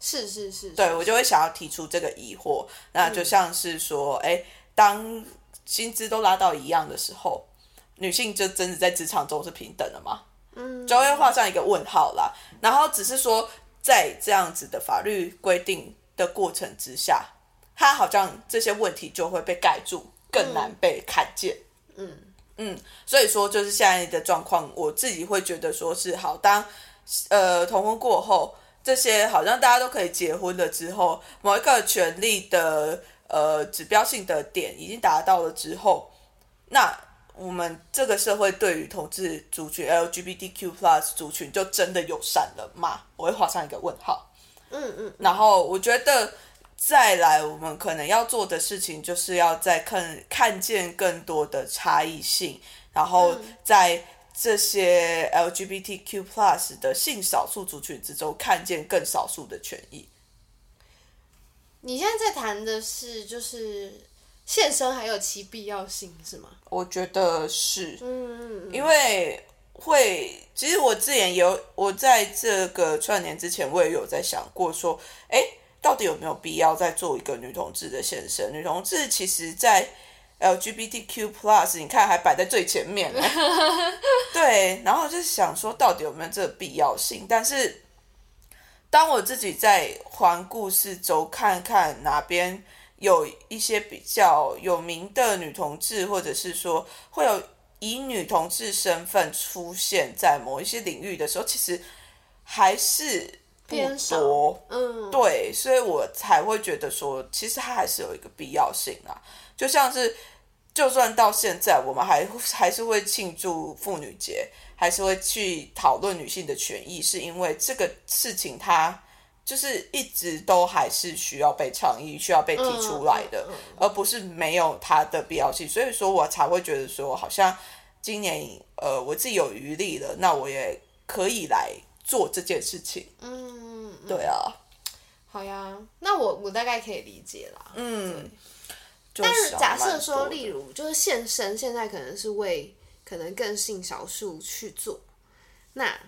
[SPEAKER 1] 是是是，是
[SPEAKER 2] 对我就会想要提出这个疑惑。那就像是说，哎、当薪资都拉到一样的时候，女性就真的在职场中是平等的吗？嗯，就会画上一个问号啦。然后只是说，在这样子的法律规定的过程之下，它好像这些问题就会被盖住，更难被看见。嗯嗯，所以说就是现在的状况，我自己会觉得说是好，当呃同婚过后，这些好像大家都可以结婚了之后，某一个权利的呃指标性的点已经达到了之后，那我们这个社会对于同志族群 LGBTQ plus 族群就真的友善了吗？我会画上一个问号。
[SPEAKER 1] 嗯嗯，
[SPEAKER 2] 然后我觉得再来，我们可能要做的事情就是要再看看见更多的差异性，然
[SPEAKER 1] 嗯
[SPEAKER 2] 后在这些 LGBTQ plus 的性少数族群之中，看见更少数的权益。
[SPEAKER 1] 你现在在谈的是就是现身还有其必要性是吗？
[SPEAKER 2] 我觉得是，
[SPEAKER 1] 嗯嗯嗯，
[SPEAKER 2] 因为会，其实我之前有我在这个串联之前，我也有在想过说，哎，到底有没有必要再做一个女同志的现身？女同志其实，在 LGBTQ plus，你看还摆在最 前面呢。对，然后我就想说，到底有没有这个必要性？但是，当我自己在环顾四周，看看哪边有一些比较有名的女同志，或者是说会有以女同志身份出现在某一些领域的时候，其实还是不
[SPEAKER 1] 偏少
[SPEAKER 2] 多。
[SPEAKER 1] 嗯，
[SPEAKER 2] 对，所以我才会觉得说，其实它还是有一个必要性啊。就像是，就算到现在，我们还还是会庆祝妇女节，还是会去讨论女性的权益，是因为这个事情它就是一直都还是需要被倡议、需要被提出来的，
[SPEAKER 1] 嗯嗯嗯
[SPEAKER 2] 而不是没有它的必要性。所以说我才会觉得说，好像今年呃我自己有余力了，那我也可以来做这件事情。
[SPEAKER 1] 嗯，嗯
[SPEAKER 2] 对啊，
[SPEAKER 1] 好呀，那我我大概可以理解啦。
[SPEAKER 2] 嗯，
[SPEAKER 1] 但是假设说，例
[SPEAKER 2] 例
[SPEAKER 1] 如就是现身，现在可能是为可能更性少数去做。那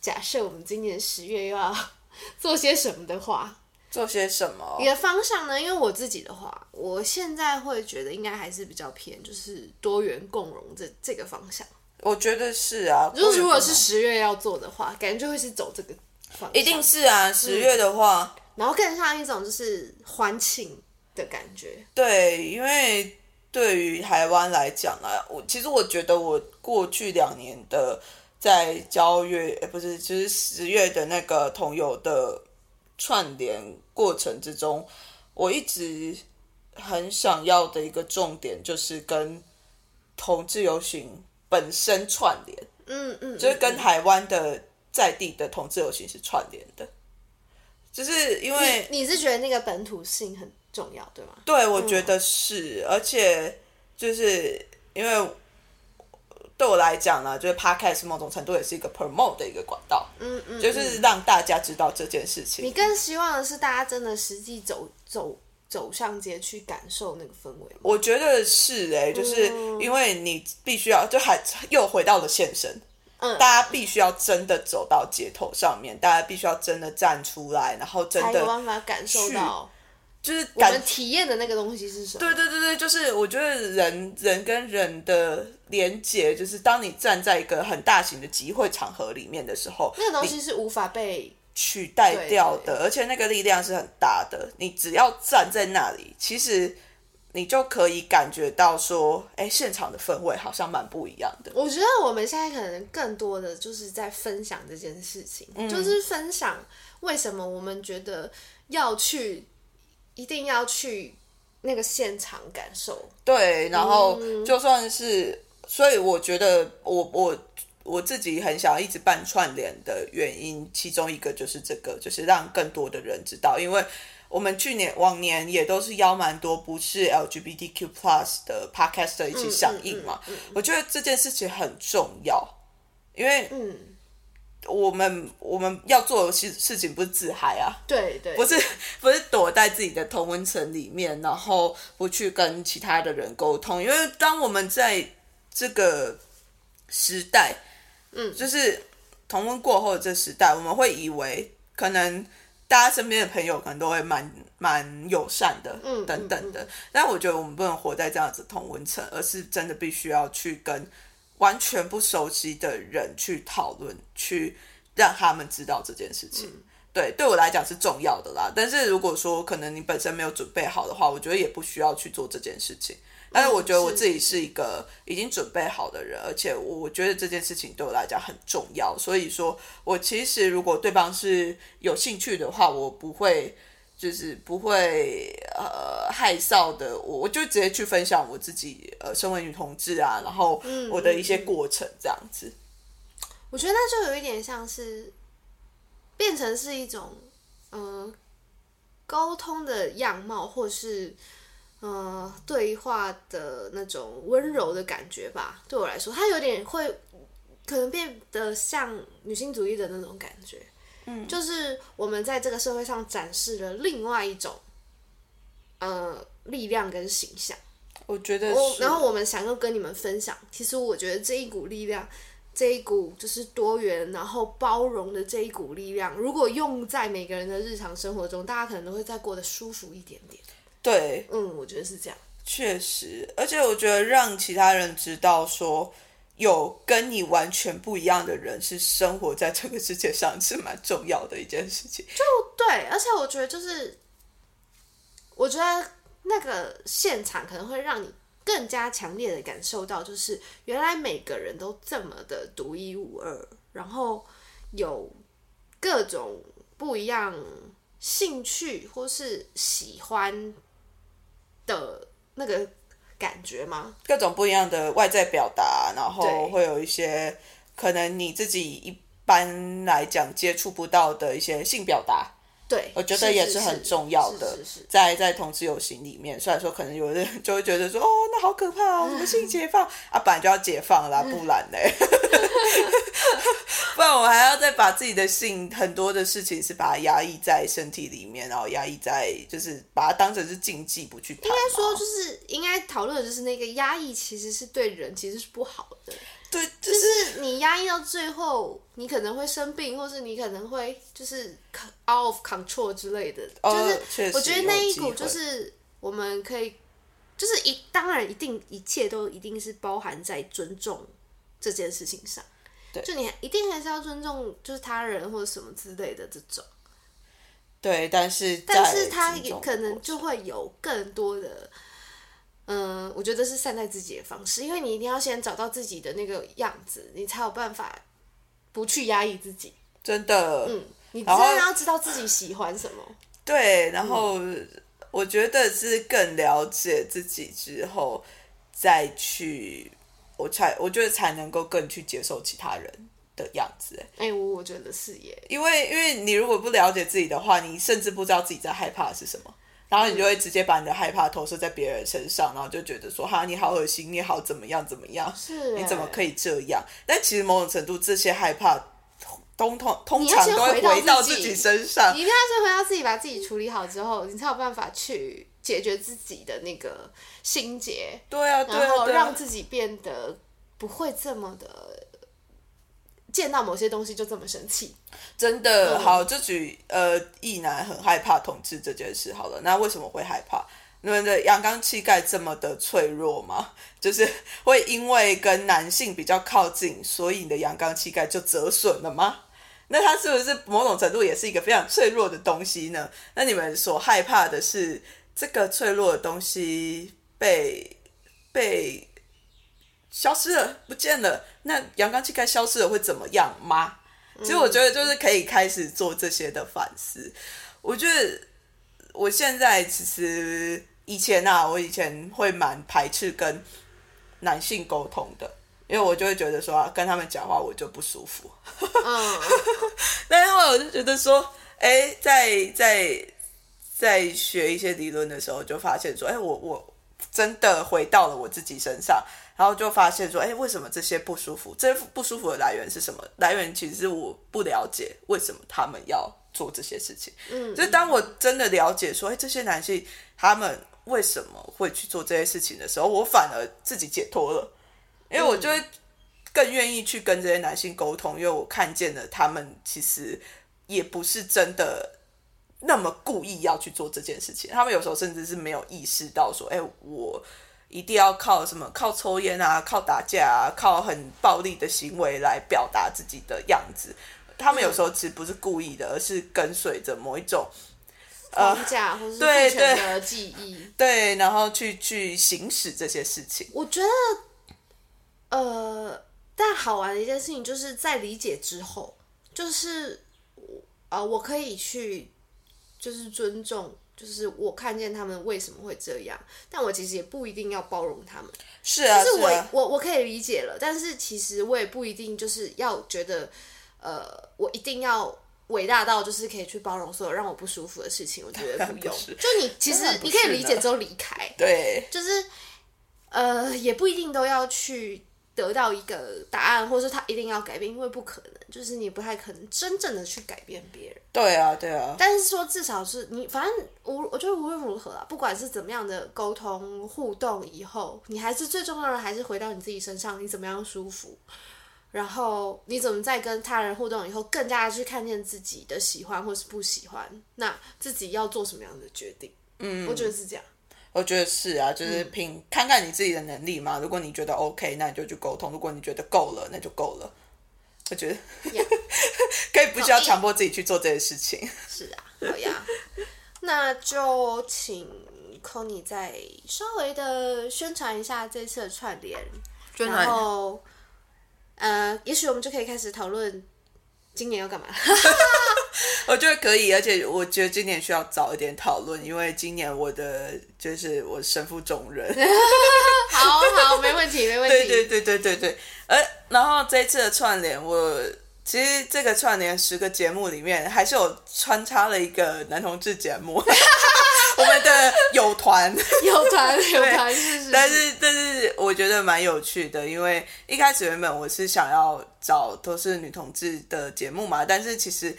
[SPEAKER 1] 假设我们今年十月又要 做些什么的话，
[SPEAKER 2] 做些什么
[SPEAKER 1] 你，的方向呢？因为我自己的话，我现在会觉得应该还是比较偏就是多元共融这这个方向。
[SPEAKER 2] 我觉得是啊。
[SPEAKER 1] 就是如果
[SPEAKER 2] 不
[SPEAKER 1] 是
[SPEAKER 2] 然
[SPEAKER 1] 十月要做的话，感觉就会是走这个方向，
[SPEAKER 2] 一定是啊，
[SPEAKER 1] 嗯
[SPEAKER 2] 十月的话，
[SPEAKER 1] 然后更像一种就是欢庆的感觉。
[SPEAKER 2] 对，因为对于台湾来讲啊，我其实我觉得我过去两年的在交月，呃不是，就是十月的那个同游的串联过程之中，我一直很想要的一个重点就是跟同志游行本身串联。
[SPEAKER 1] 嗯嗯，
[SPEAKER 2] 就是跟台湾的在地的同志游行是串联的。就是因为
[SPEAKER 1] 你是觉得那个本土性很重要，对吗？
[SPEAKER 2] 对，我觉得是，而且就是因为对我来讲啊呢，就是 podcast 某种程度也是一个 promote 的一个管道，
[SPEAKER 1] 嗯嗯，
[SPEAKER 2] 就是让大家知道这件事情。
[SPEAKER 1] 你更希望的是大家真的实际走走走上街去感受那个氛围吗？
[SPEAKER 2] 我觉得是哎、就是因为你必须要，就还又回到了现身，
[SPEAKER 1] 嗯
[SPEAKER 2] 大家必须要真的走到街头上面，大家必须要真的站出来，然后真
[SPEAKER 1] 才有
[SPEAKER 2] 的
[SPEAKER 1] 办法感受到
[SPEAKER 2] 就是
[SPEAKER 1] 我们
[SPEAKER 2] 感，
[SPEAKER 1] 体验的那个东西是什么。
[SPEAKER 2] 对对对对，就是我觉得人人跟人的连接，就是当你站在一个很大型的集会场合里面的时候，
[SPEAKER 1] 那个东
[SPEAKER 2] 你
[SPEAKER 1] 西是无法被
[SPEAKER 2] 取代掉
[SPEAKER 1] 对
[SPEAKER 2] 的，而且那个力量是很大的。你只要站在那里，其实你就可以感觉到说，哎，现场的氛围好像蛮不一样的。
[SPEAKER 1] 我觉得我们现在可能更多的就是在分享这件事情，就是分享为什么我们觉得要去，一定要去那个现场感受。
[SPEAKER 2] 对，然后就算是，所以我觉得我我我自己很想要一直办串联的原因，其中一个就是这个，就是让更多的人知道，因为我们去年往年也都是邀蛮多不是 LGBTQ plus 的 podcaster 一起响应嘛，我觉得这件事情很重要，因为
[SPEAKER 1] 嗯，
[SPEAKER 2] 我们我们要做的事事情不是自嗨啊，
[SPEAKER 1] 对对，
[SPEAKER 2] 不是 不是躲在自己的同温层里面，然后不去跟其他的人沟通，因为当我们在这个时代，嗯，就是同温过后的这时代，我们会以为可能大家身边的朋友可能都会蛮蛮友善的，
[SPEAKER 1] 嗯
[SPEAKER 2] 等等的。但我觉得我们不能活在这样子的同温层，而是真的必须要去跟完全不熟悉的人去讨论，去让他们知道这件事情。
[SPEAKER 1] 嗯
[SPEAKER 2] 对，对我来讲是重要的啦。但是如果说可能你本身没有准备好的话，我觉得也不需要去做这件事情。但是我觉得我
[SPEAKER 1] 嗯是
[SPEAKER 2] 自己是一个已经准备好的人，而且我我觉得这件事情对我来讲很重要。所以说我其实如果对方是有兴趣的话，我不会就是不会呃害臊的，我我就直接去分享我自己呃身为女同志啊，然后我的
[SPEAKER 1] 嗯
[SPEAKER 2] 一些过程这样子。
[SPEAKER 1] 我觉得那就有一点像是变成是一种呃沟通的样貌，或是呃对话的那种温柔的感觉吧。对我来说，它有点会可能变得像女性主义的那种感觉。嗯，就是我们在这个社会上展示了另外一种呃力量跟形象。
[SPEAKER 2] 我觉得
[SPEAKER 1] 我
[SPEAKER 2] 是
[SPEAKER 1] 哦然后我们想要跟你们分享，其实我觉得这一股力量，这一股就是多元然后包容的这一股力量，如果用在每个人的日常生活中，大家可能都会再过得舒服一点点。
[SPEAKER 2] 对，
[SPEAKER 1] 嗯，我觉得是这样。
[SPEAKER 2] 确实，而且我觉得让其他人知道说，有跟你完全不一样的人是生活在这个世界上是蛮重要的一件事情。
[SPEAKER 1] 对，而且我觉得就是，我觉得那个现场可能会让你更加强烈的感受到，就是原来每个人都这么的独一无二，然后有各种不一样兴趣或是喜欢的那个感觉吗？
[SPEAKER 2] 各种不一样的外在表达，然后
[SPEAKER 1] 对
[SPEAKER 2] 会有一些可能你自己一般来讲接触不到的一些性表达，
[SPEAKER 1] 对，
[SPEAKER 2] 我觉得也
[SPEAKER 1] 是
[SPEAKER 2] 很重要的。
[SPEAKER 1] 是是是是
[SPEAKER 2] 在在同志游行里面，虽然说可能有的人 就会觉得说，哦，那好可怕哦，什么性解放啊，本来就要解放啦，不然呢？ 不然我还要再把自己的性很多的事情是把它压抑在身体里面，然后压抑在就是把它当成是禁忌不去谈嘛。
[SPEAKER 1] 应该说，就是应该讨论的就是那个压抑，其实是对人其实是不好的。
[SPEAKER 2] 对，就
[SPEAKER 1] 就是是你压抑到最后，你可能会生病，或是你可能会就是 c- out of control 之类的。
[SPEAKER 2] 哦
[SPEAKER 1] 就
[SPEAKER 2] 确
[SPEAKER 1] 是
[SPEAKER 2] 实
[SPEAKER 1] 我觉得那一
[SPEAKER 2] 有机
[SPEAKER 1] 股
[SPEAKER 2] 会
[SPEAKER 1] 就是我们可以，就是一当然一定一切都一定是包含在尊重这件事情上。
[SPEAKER 2] 对
[SPEAKER 1] 就你一定还是要尊重，就是他人或者什么之类的这种，
[SPEAKER 2] 对，但是在
[SPEAKER 1] 但是他
[SPEAKER 2] 这
[SPEAKER 1] 也
[SPEAKER 2] 种
[SPEAKER 1] 可能就会有更多的，嗯、我觉得是善待自己的方式，因为你一定要先找到自己的那个样子，你才有办法不去压抑自己。
[SPEAKER 2] 真的，
[SPEAKER 1] 嗯，你真
[SPEAKER 2] 然后
[SPEAKER 1] 的要知道自己喜欢什么。
[SPEAKER 2] 对，
[SPEAKER 1] 嗯
[SPEAKER 2] 然后我觉得是更了解自己之后再去，我才我觉得才能够更去接受其他人。的样子。哎
[SPEAKER 1] 哎、我我觉得是耶，
[SPEAKER 2] 因为因为你如果不了解自己的话，你甚至不知道自己在害怕的是什么，然后你
[SPEAKER 1] 嗯
[SPEAKER 2] 就会直接把你的害怕投射在别人身上，然后就觉得说哈你好恶心，你好怎么样怎么样，
[SPEAKER 1] 是哎
[SPEAKER 2] 你怎么可
[SPEAKER 1] 以？
[SPEAKER 2] 以这样？但其实某种程度，这些害怕通通通
[SPEAKER 1] 你要
[SPEAKER 2] 常
[SPEAKER 1] 先
[SPEAKER 2] 都会
[SPEAKER 1] 回到
[SPEAKER 2] 回到
[SPEAKER 1] 自
[SPEAKER 2] 自
[SPEAKER 1] 己
[SPEAKER 2] 己身上
[SPEAKER 1] 你。一定要先回到自己，把自己处理好之后，你才有办法去解决自己的那个心结，
[SPEAKER 2] 对啊，对
[SPEAKER 1] 然后
[SPEAKER 2] 啊，对
[SPEAKER 1] 让
[SPEAKER 2] 啊，
[SPEAKER 1] 自己变得不会这么的见到某些东西就这么生气。
[SPEAKER 2] 真的、
[SPEAKER 1] 嗯
[SPEAKER 2] 好。就举呃，异男很害怕统治这件事好了。那为什么会害怕？你们的阳刚气概这么的脆弱吗？ 就是会因为跟男性比较靠近，所以你的阳刚气概就折损了吗？那它是不是某种程度也是一个非常脆弱的东西呢？那你们所害怕的是这个脆弱的东西被被消失了、不见了，那阳刚气概消失了会怎么样吗？其实我觉得就是可以开始做这些的反思。我觉得我现在其实以前啊，我以前会蛮排斥跟男性沟通的，因为我就会觉得说、啊、跟他们讲话我就不舒服。
[SPEAKER 1] 嗯，
[SPEAKER 2] 但后来我就觉得说，哎、在在在学一些理论的时候，就发现说，哎、我我真的回到了我自己身上，然后就发现说，哎、为什么这些不舒服？这些不舒服的来源是什么？来源其实是我不了解为什么他们要做这些事情。嗯，就是当我真的了解说，哎、这些男性他们为什么会去做这些事情的时候，我反而自己解脱了，因为我就会更愿意去跟这些男性沟通，因为我看见了他们其实也不是真的那么故意要去做这件事情，他们有时候甚至是没有意识到说，哎、我一定要靠什么靠抽烟啊，靠打架啊，靠很暴力的行为来表达自己的样子。他们有时候其实不是故意的，而是跟随着某一种
[SPEAKER 1] 框架或是父
[SPEAKER 2] 呃对
[SPEAKER 1] 权的记忆。
[SPEAKER 2] 对，然后去去行使这些事情。
[SPEAKER 1] 我觉得，呃，但好玩的一件事情就是在理解之后，就是呃，我可以去就是尊重，就是我看见他们为什么会这样，但我其实也不一定要包容他们，
[SPEAKER 2] 是啊，
[SPEAKER 1] 就是我、
[SPEAKER 2] 啊
[SPEAKER 1] 我我可以理解了，但是其实我也不一定就是要觉得，呃，我一定要。伟大到就是可以去包容所有让我不舒服的事情，我觉得不
[SPEAKER 2] 不
[SPEAKER 1] 用。
[SPEAKER 2] 是
[SPEAKER 1] 就你其实
[SPEAKER 2] 当然不
[SPEAKER 1] 你可以
[SPEAKER 2] 是
[SPEAKER 1] 理解
[SPEAKER 2] 呢
[SPEAKER 1] 之后离开，
[SPEAKER 2] 对，
[SPEAKER 1] 就是呃，也不一定都要去得到一个答案，或者说他一定要改变，因为不可能，就是你不太可能真正的去改变别人。
[SPEAKER 2] 对啊，对啊。
[SPEAKER 1] 但是说至少是你，反正无，我觉得无论如何啦，不管是怎么样的沟通互动，以后你还是最重要的，还是回到你自己身上，你怎么样舒服。然后你怎么在跟他人互动以后，更加地去看见自己的喜欢或是不喜欢，那自己要做什么样的决定？嗯，我觉得是这样。
[SPEAKER 2] 我觉得是啊，就是凭、看看你自己的能力嘛。如果你觉得 OK，那你就去沟通；如果你觉得够了，那就够了。我觉得
[SPEAKER 1] Yeah
[SPEAKER 2] 可以不需要
[SPEAKER 1] 同意
[SPEAKER 2] 强迫自己去做这些事情。
[SPEAKER 1] 是啊，好呀， 那就请 Kony 再稍微的宣传一下这次的串联，然后呃，也许我们就可以开始讨论今年要干嘛。
[SPEAKER 2] 我觉得可以，而且我觉得今年需要早一点讨论，因为今年我的就是我身负重任。
[SPEAKER 1] 好好，没问题，没问题。
[SPEAKER 2] 对对对对对对，呃，然后这一次的串联，我其实这个串联十个节目里面，还是有穿插了一个男同志节目， 我们的友团。
[SPEAKER 1] 有团有团，是是
[SPEAKER 2] 但
[SPEAKER 1] 是
[SPEAKER 2] 是但是我觉得蛮有趣的，因为一开始原本我是想要找都是女同志的节目嘛，但是其实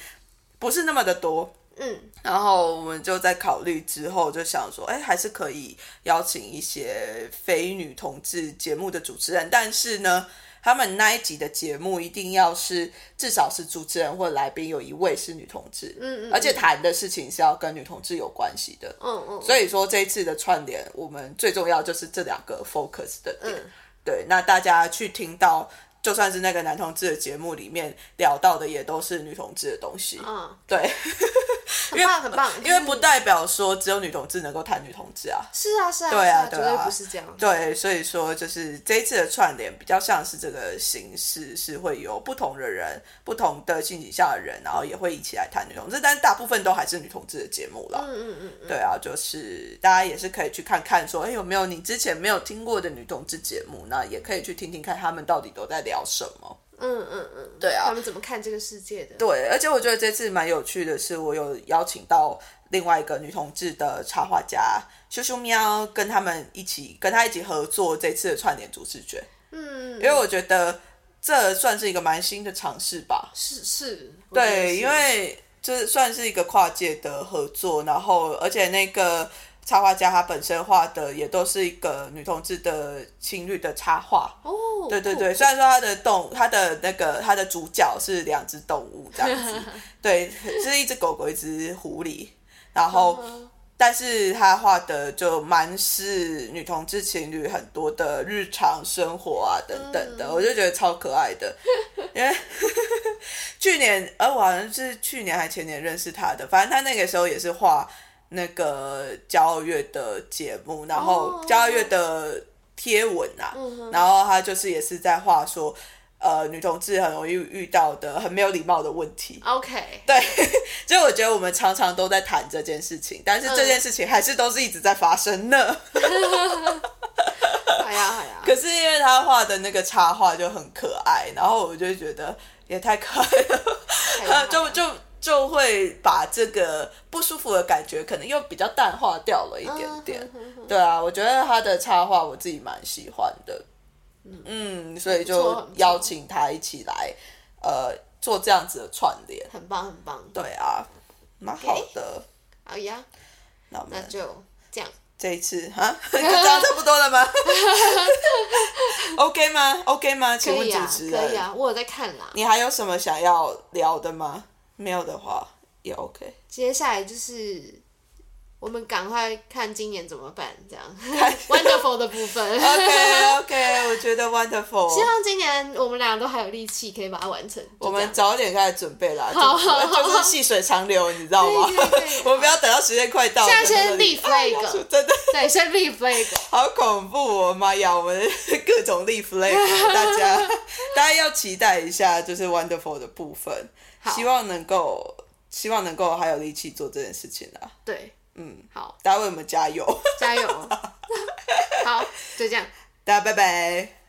[SPEAKER 2] 不是那么的多。
[SPEAKER 1] 嗯，
[SPEAKER 2] 然后我们就在考虑之后，就想说，哎，还是可以邀请一些非女同志节目的主持人，但是呢，他们那一集的节目一定要是至少是主持人或来宾有一位是女同志，
[SPEAKER 1] 嗯嗯
[SPEAKER 2] 而且谈的事情是要跟女同志有关系的，
[SPEAKER 1] 嗯嗯，
[SPEAKER 2] 所
[SPEAKER 1] 以
[SPEAKER 2] 以说这一次的串联，我们最重要就是这两个 focus 的点。
[SPEAKER 1] 嗯
[SPEAKER 2] 对，那大家去听到，就算是那个男同志的节目里面聊到的，也都是女同志的东西。
[SPEAKER 1] 嗯，
[SPEAKER 2] 对，
[SPEAKER 1] 很棒很棒，
[SPEAKER 2] 因为
[SPEAKER 1] 就是
[SPEAKER 2] 不代表说只有女同志能够谈女同志啊。
[SPEAKER 1] 是啊是啊，
[SPEAKER 2] 对啊
[SPEAKER 1] 是
[SPEAKER 2] 对
[SPEAKER 1] 绝
[SPEAKER 2] 啊
[SPEAKER 1] 对不是这样。
[SPEAKER 2] 对，所以说就是这一次的串联比较像是这个形式，是会有不同的人、不同的性倾向的人，然后也会一起来谈女同志，但是大部分都还是女同志的节目啦。
[SPEAKER 1] 嗯嗯嗯嗯，
[SPEAKER 2] 对啊，就是大家也是可以去看看说，哎有没有你之前没有听过的女同志节目，那也可以去听听看他们到底都在聊什么。
[SPEAKER 1] 嗯嗯嗯嗯，
[SPEAKER 2] 对啊
[SPEAKER 1] 他们怎么看这个世界的？
[SPEAKER 2] 对，而且我觉得这次蛮有趣的是，我有邀请到另外一个女同志的插画家羞羞喵，跟他们一起跟他一起合作这次的串联主视觉，
[SPEAKER 1] 嗯，
[SPEAKER 2] 因为我觉得这算是一个蛮新的尝试吧。
[SPEAKER 1] 是是，我觉得
[SPEAKER 2] 对，
[SPEAKER 1] 是
[SPEAKER 2] 因为这算是一个跨界的合作，然后而且那个插画家她本身画的也都是一个女同志的情侣的插画，
[SPEAKER 1] 哦，
[SPEAKER 2] 对对
[SPEAKER 1] 酷
[SPEAKER 2] 对，虽然说它的动，它的那个它的主角是两只动物这样 子，对，是一只狗狗，一只狐狸，然后
[SPEAKER 1] 嗯
[SPEAKER 2] 但是他画的就蛮是女同志情侣很多的日常生活啊等等
[SPEAKER 1] 嗯
[SPEAKER 2] 的，我就觉得超可爱 的。因为 去年，呃，我好像是去年还前年认识他的，反正他那个时候也是画那个交傲月的节目，然后
[SPEAKER 1] 哦
[SPEAKER 2] 交傲月的贴文啊，
[SPEAKER 1] 嗯哼
[SPEAKER 2] 然后他就是也是在画说，呃，女同志很容易遇到的很没有礼貌的问题。
[SPEAKER 1] 啊，OK，
[SPEAKER 2] 对， 所以我觉得我们常常都在谈这件事情，但是这件事情还是都是一直在发生呢。
[SPEAKER 1] 好呀好呀，
[SPEAKER 2] 可是因为他画的那个插画就很可爱，然后我就觉得也太可爱了，
[SPEAKER 1] 哎呀
[SPEAKER 2] 就就就会把这个不舒服的感觉可能又比较淡化掉了一点点。对啊，我觉得他的插画我自己蛮喜欢的，嗯，所以
[SPEAKER 1] 很不错
[SPEAKER 2] 就
[SPEAKER 1] 很不错
[SPEAKER 2] 邀请他一起来，呃，做这样子的串联。
[SPEAKER 1] 很棒很棒，
[SPEAKER 2] 对啊，蛮好的。
[SPEAKER 1] 好呀，
[SPEAKER 2] 那我们
[SPEAKER 1] 那就这样，
[SPEAKER 2] 这一次啊， 就这样差不多了吗 ？OK 吗？OK 吗？
[SPEAKER 1] 可
[SPEAKER 2] 请问
[SPEAKER 1] 以
[SPEAKER 2] 主
[SPEAKER 1] 啊
[SPEAKER 2] 持
[SPEAKER 1] 可以
[SPEAKER 2] 人，
[SPEAKER 1] 啊，我有在看啦。
[SPEAKER 2] 你还有什么想要聊的吗？没有的话也 OK。
[SPEAKER 1] 接下来就是我们赶快看今年怎么办，这样 wonderful 的部分。
[SPEAKER 2] OK OK，我觉得 wonderful。
[SPEAKER 1] 希望今年我们俩都还有力气可以把它完成。就
[SPEAKER 2] 我
[SPEAKER 1] 这样
[SPEAKER 2] 们早点开始准备啦，
[SPEAKER 1] 好好
[SPEAKER 2] 就
[SPEAKER 1] 好
[SPEAKER 2] 就是细水长流，你知道吗
[SPEAKER 1] 对对？对
[SPEAKER 2] 我们不要等到时间快到了，
[SPEAKER 1] 现在先
[SPEAKER 2] 在那里
[SPEAKER 1] 立
[SPEAKER 2] 哎
[SPEAKER 1] flag
[SPEAKER 2] 呀真的
[SPEAKER 1] 对先立 flag，
[SPEAKER 2] 好恐怖哦！妈呀，我们各种立 flag，大 啊家大家要期待一下，就是 wonderful 的部分，
[SPEAKER 1] 好
[SPEAKER 2] 希望能够希望能够还有力气做这件事情啊！
[SPEAKER 1] 对，嗯，好，哦
[SPEAKER 2] 大家为我们加油，
[SPEAKER 1] 加油，好，就这样。
[SPEAKER 2] 大家拜拜。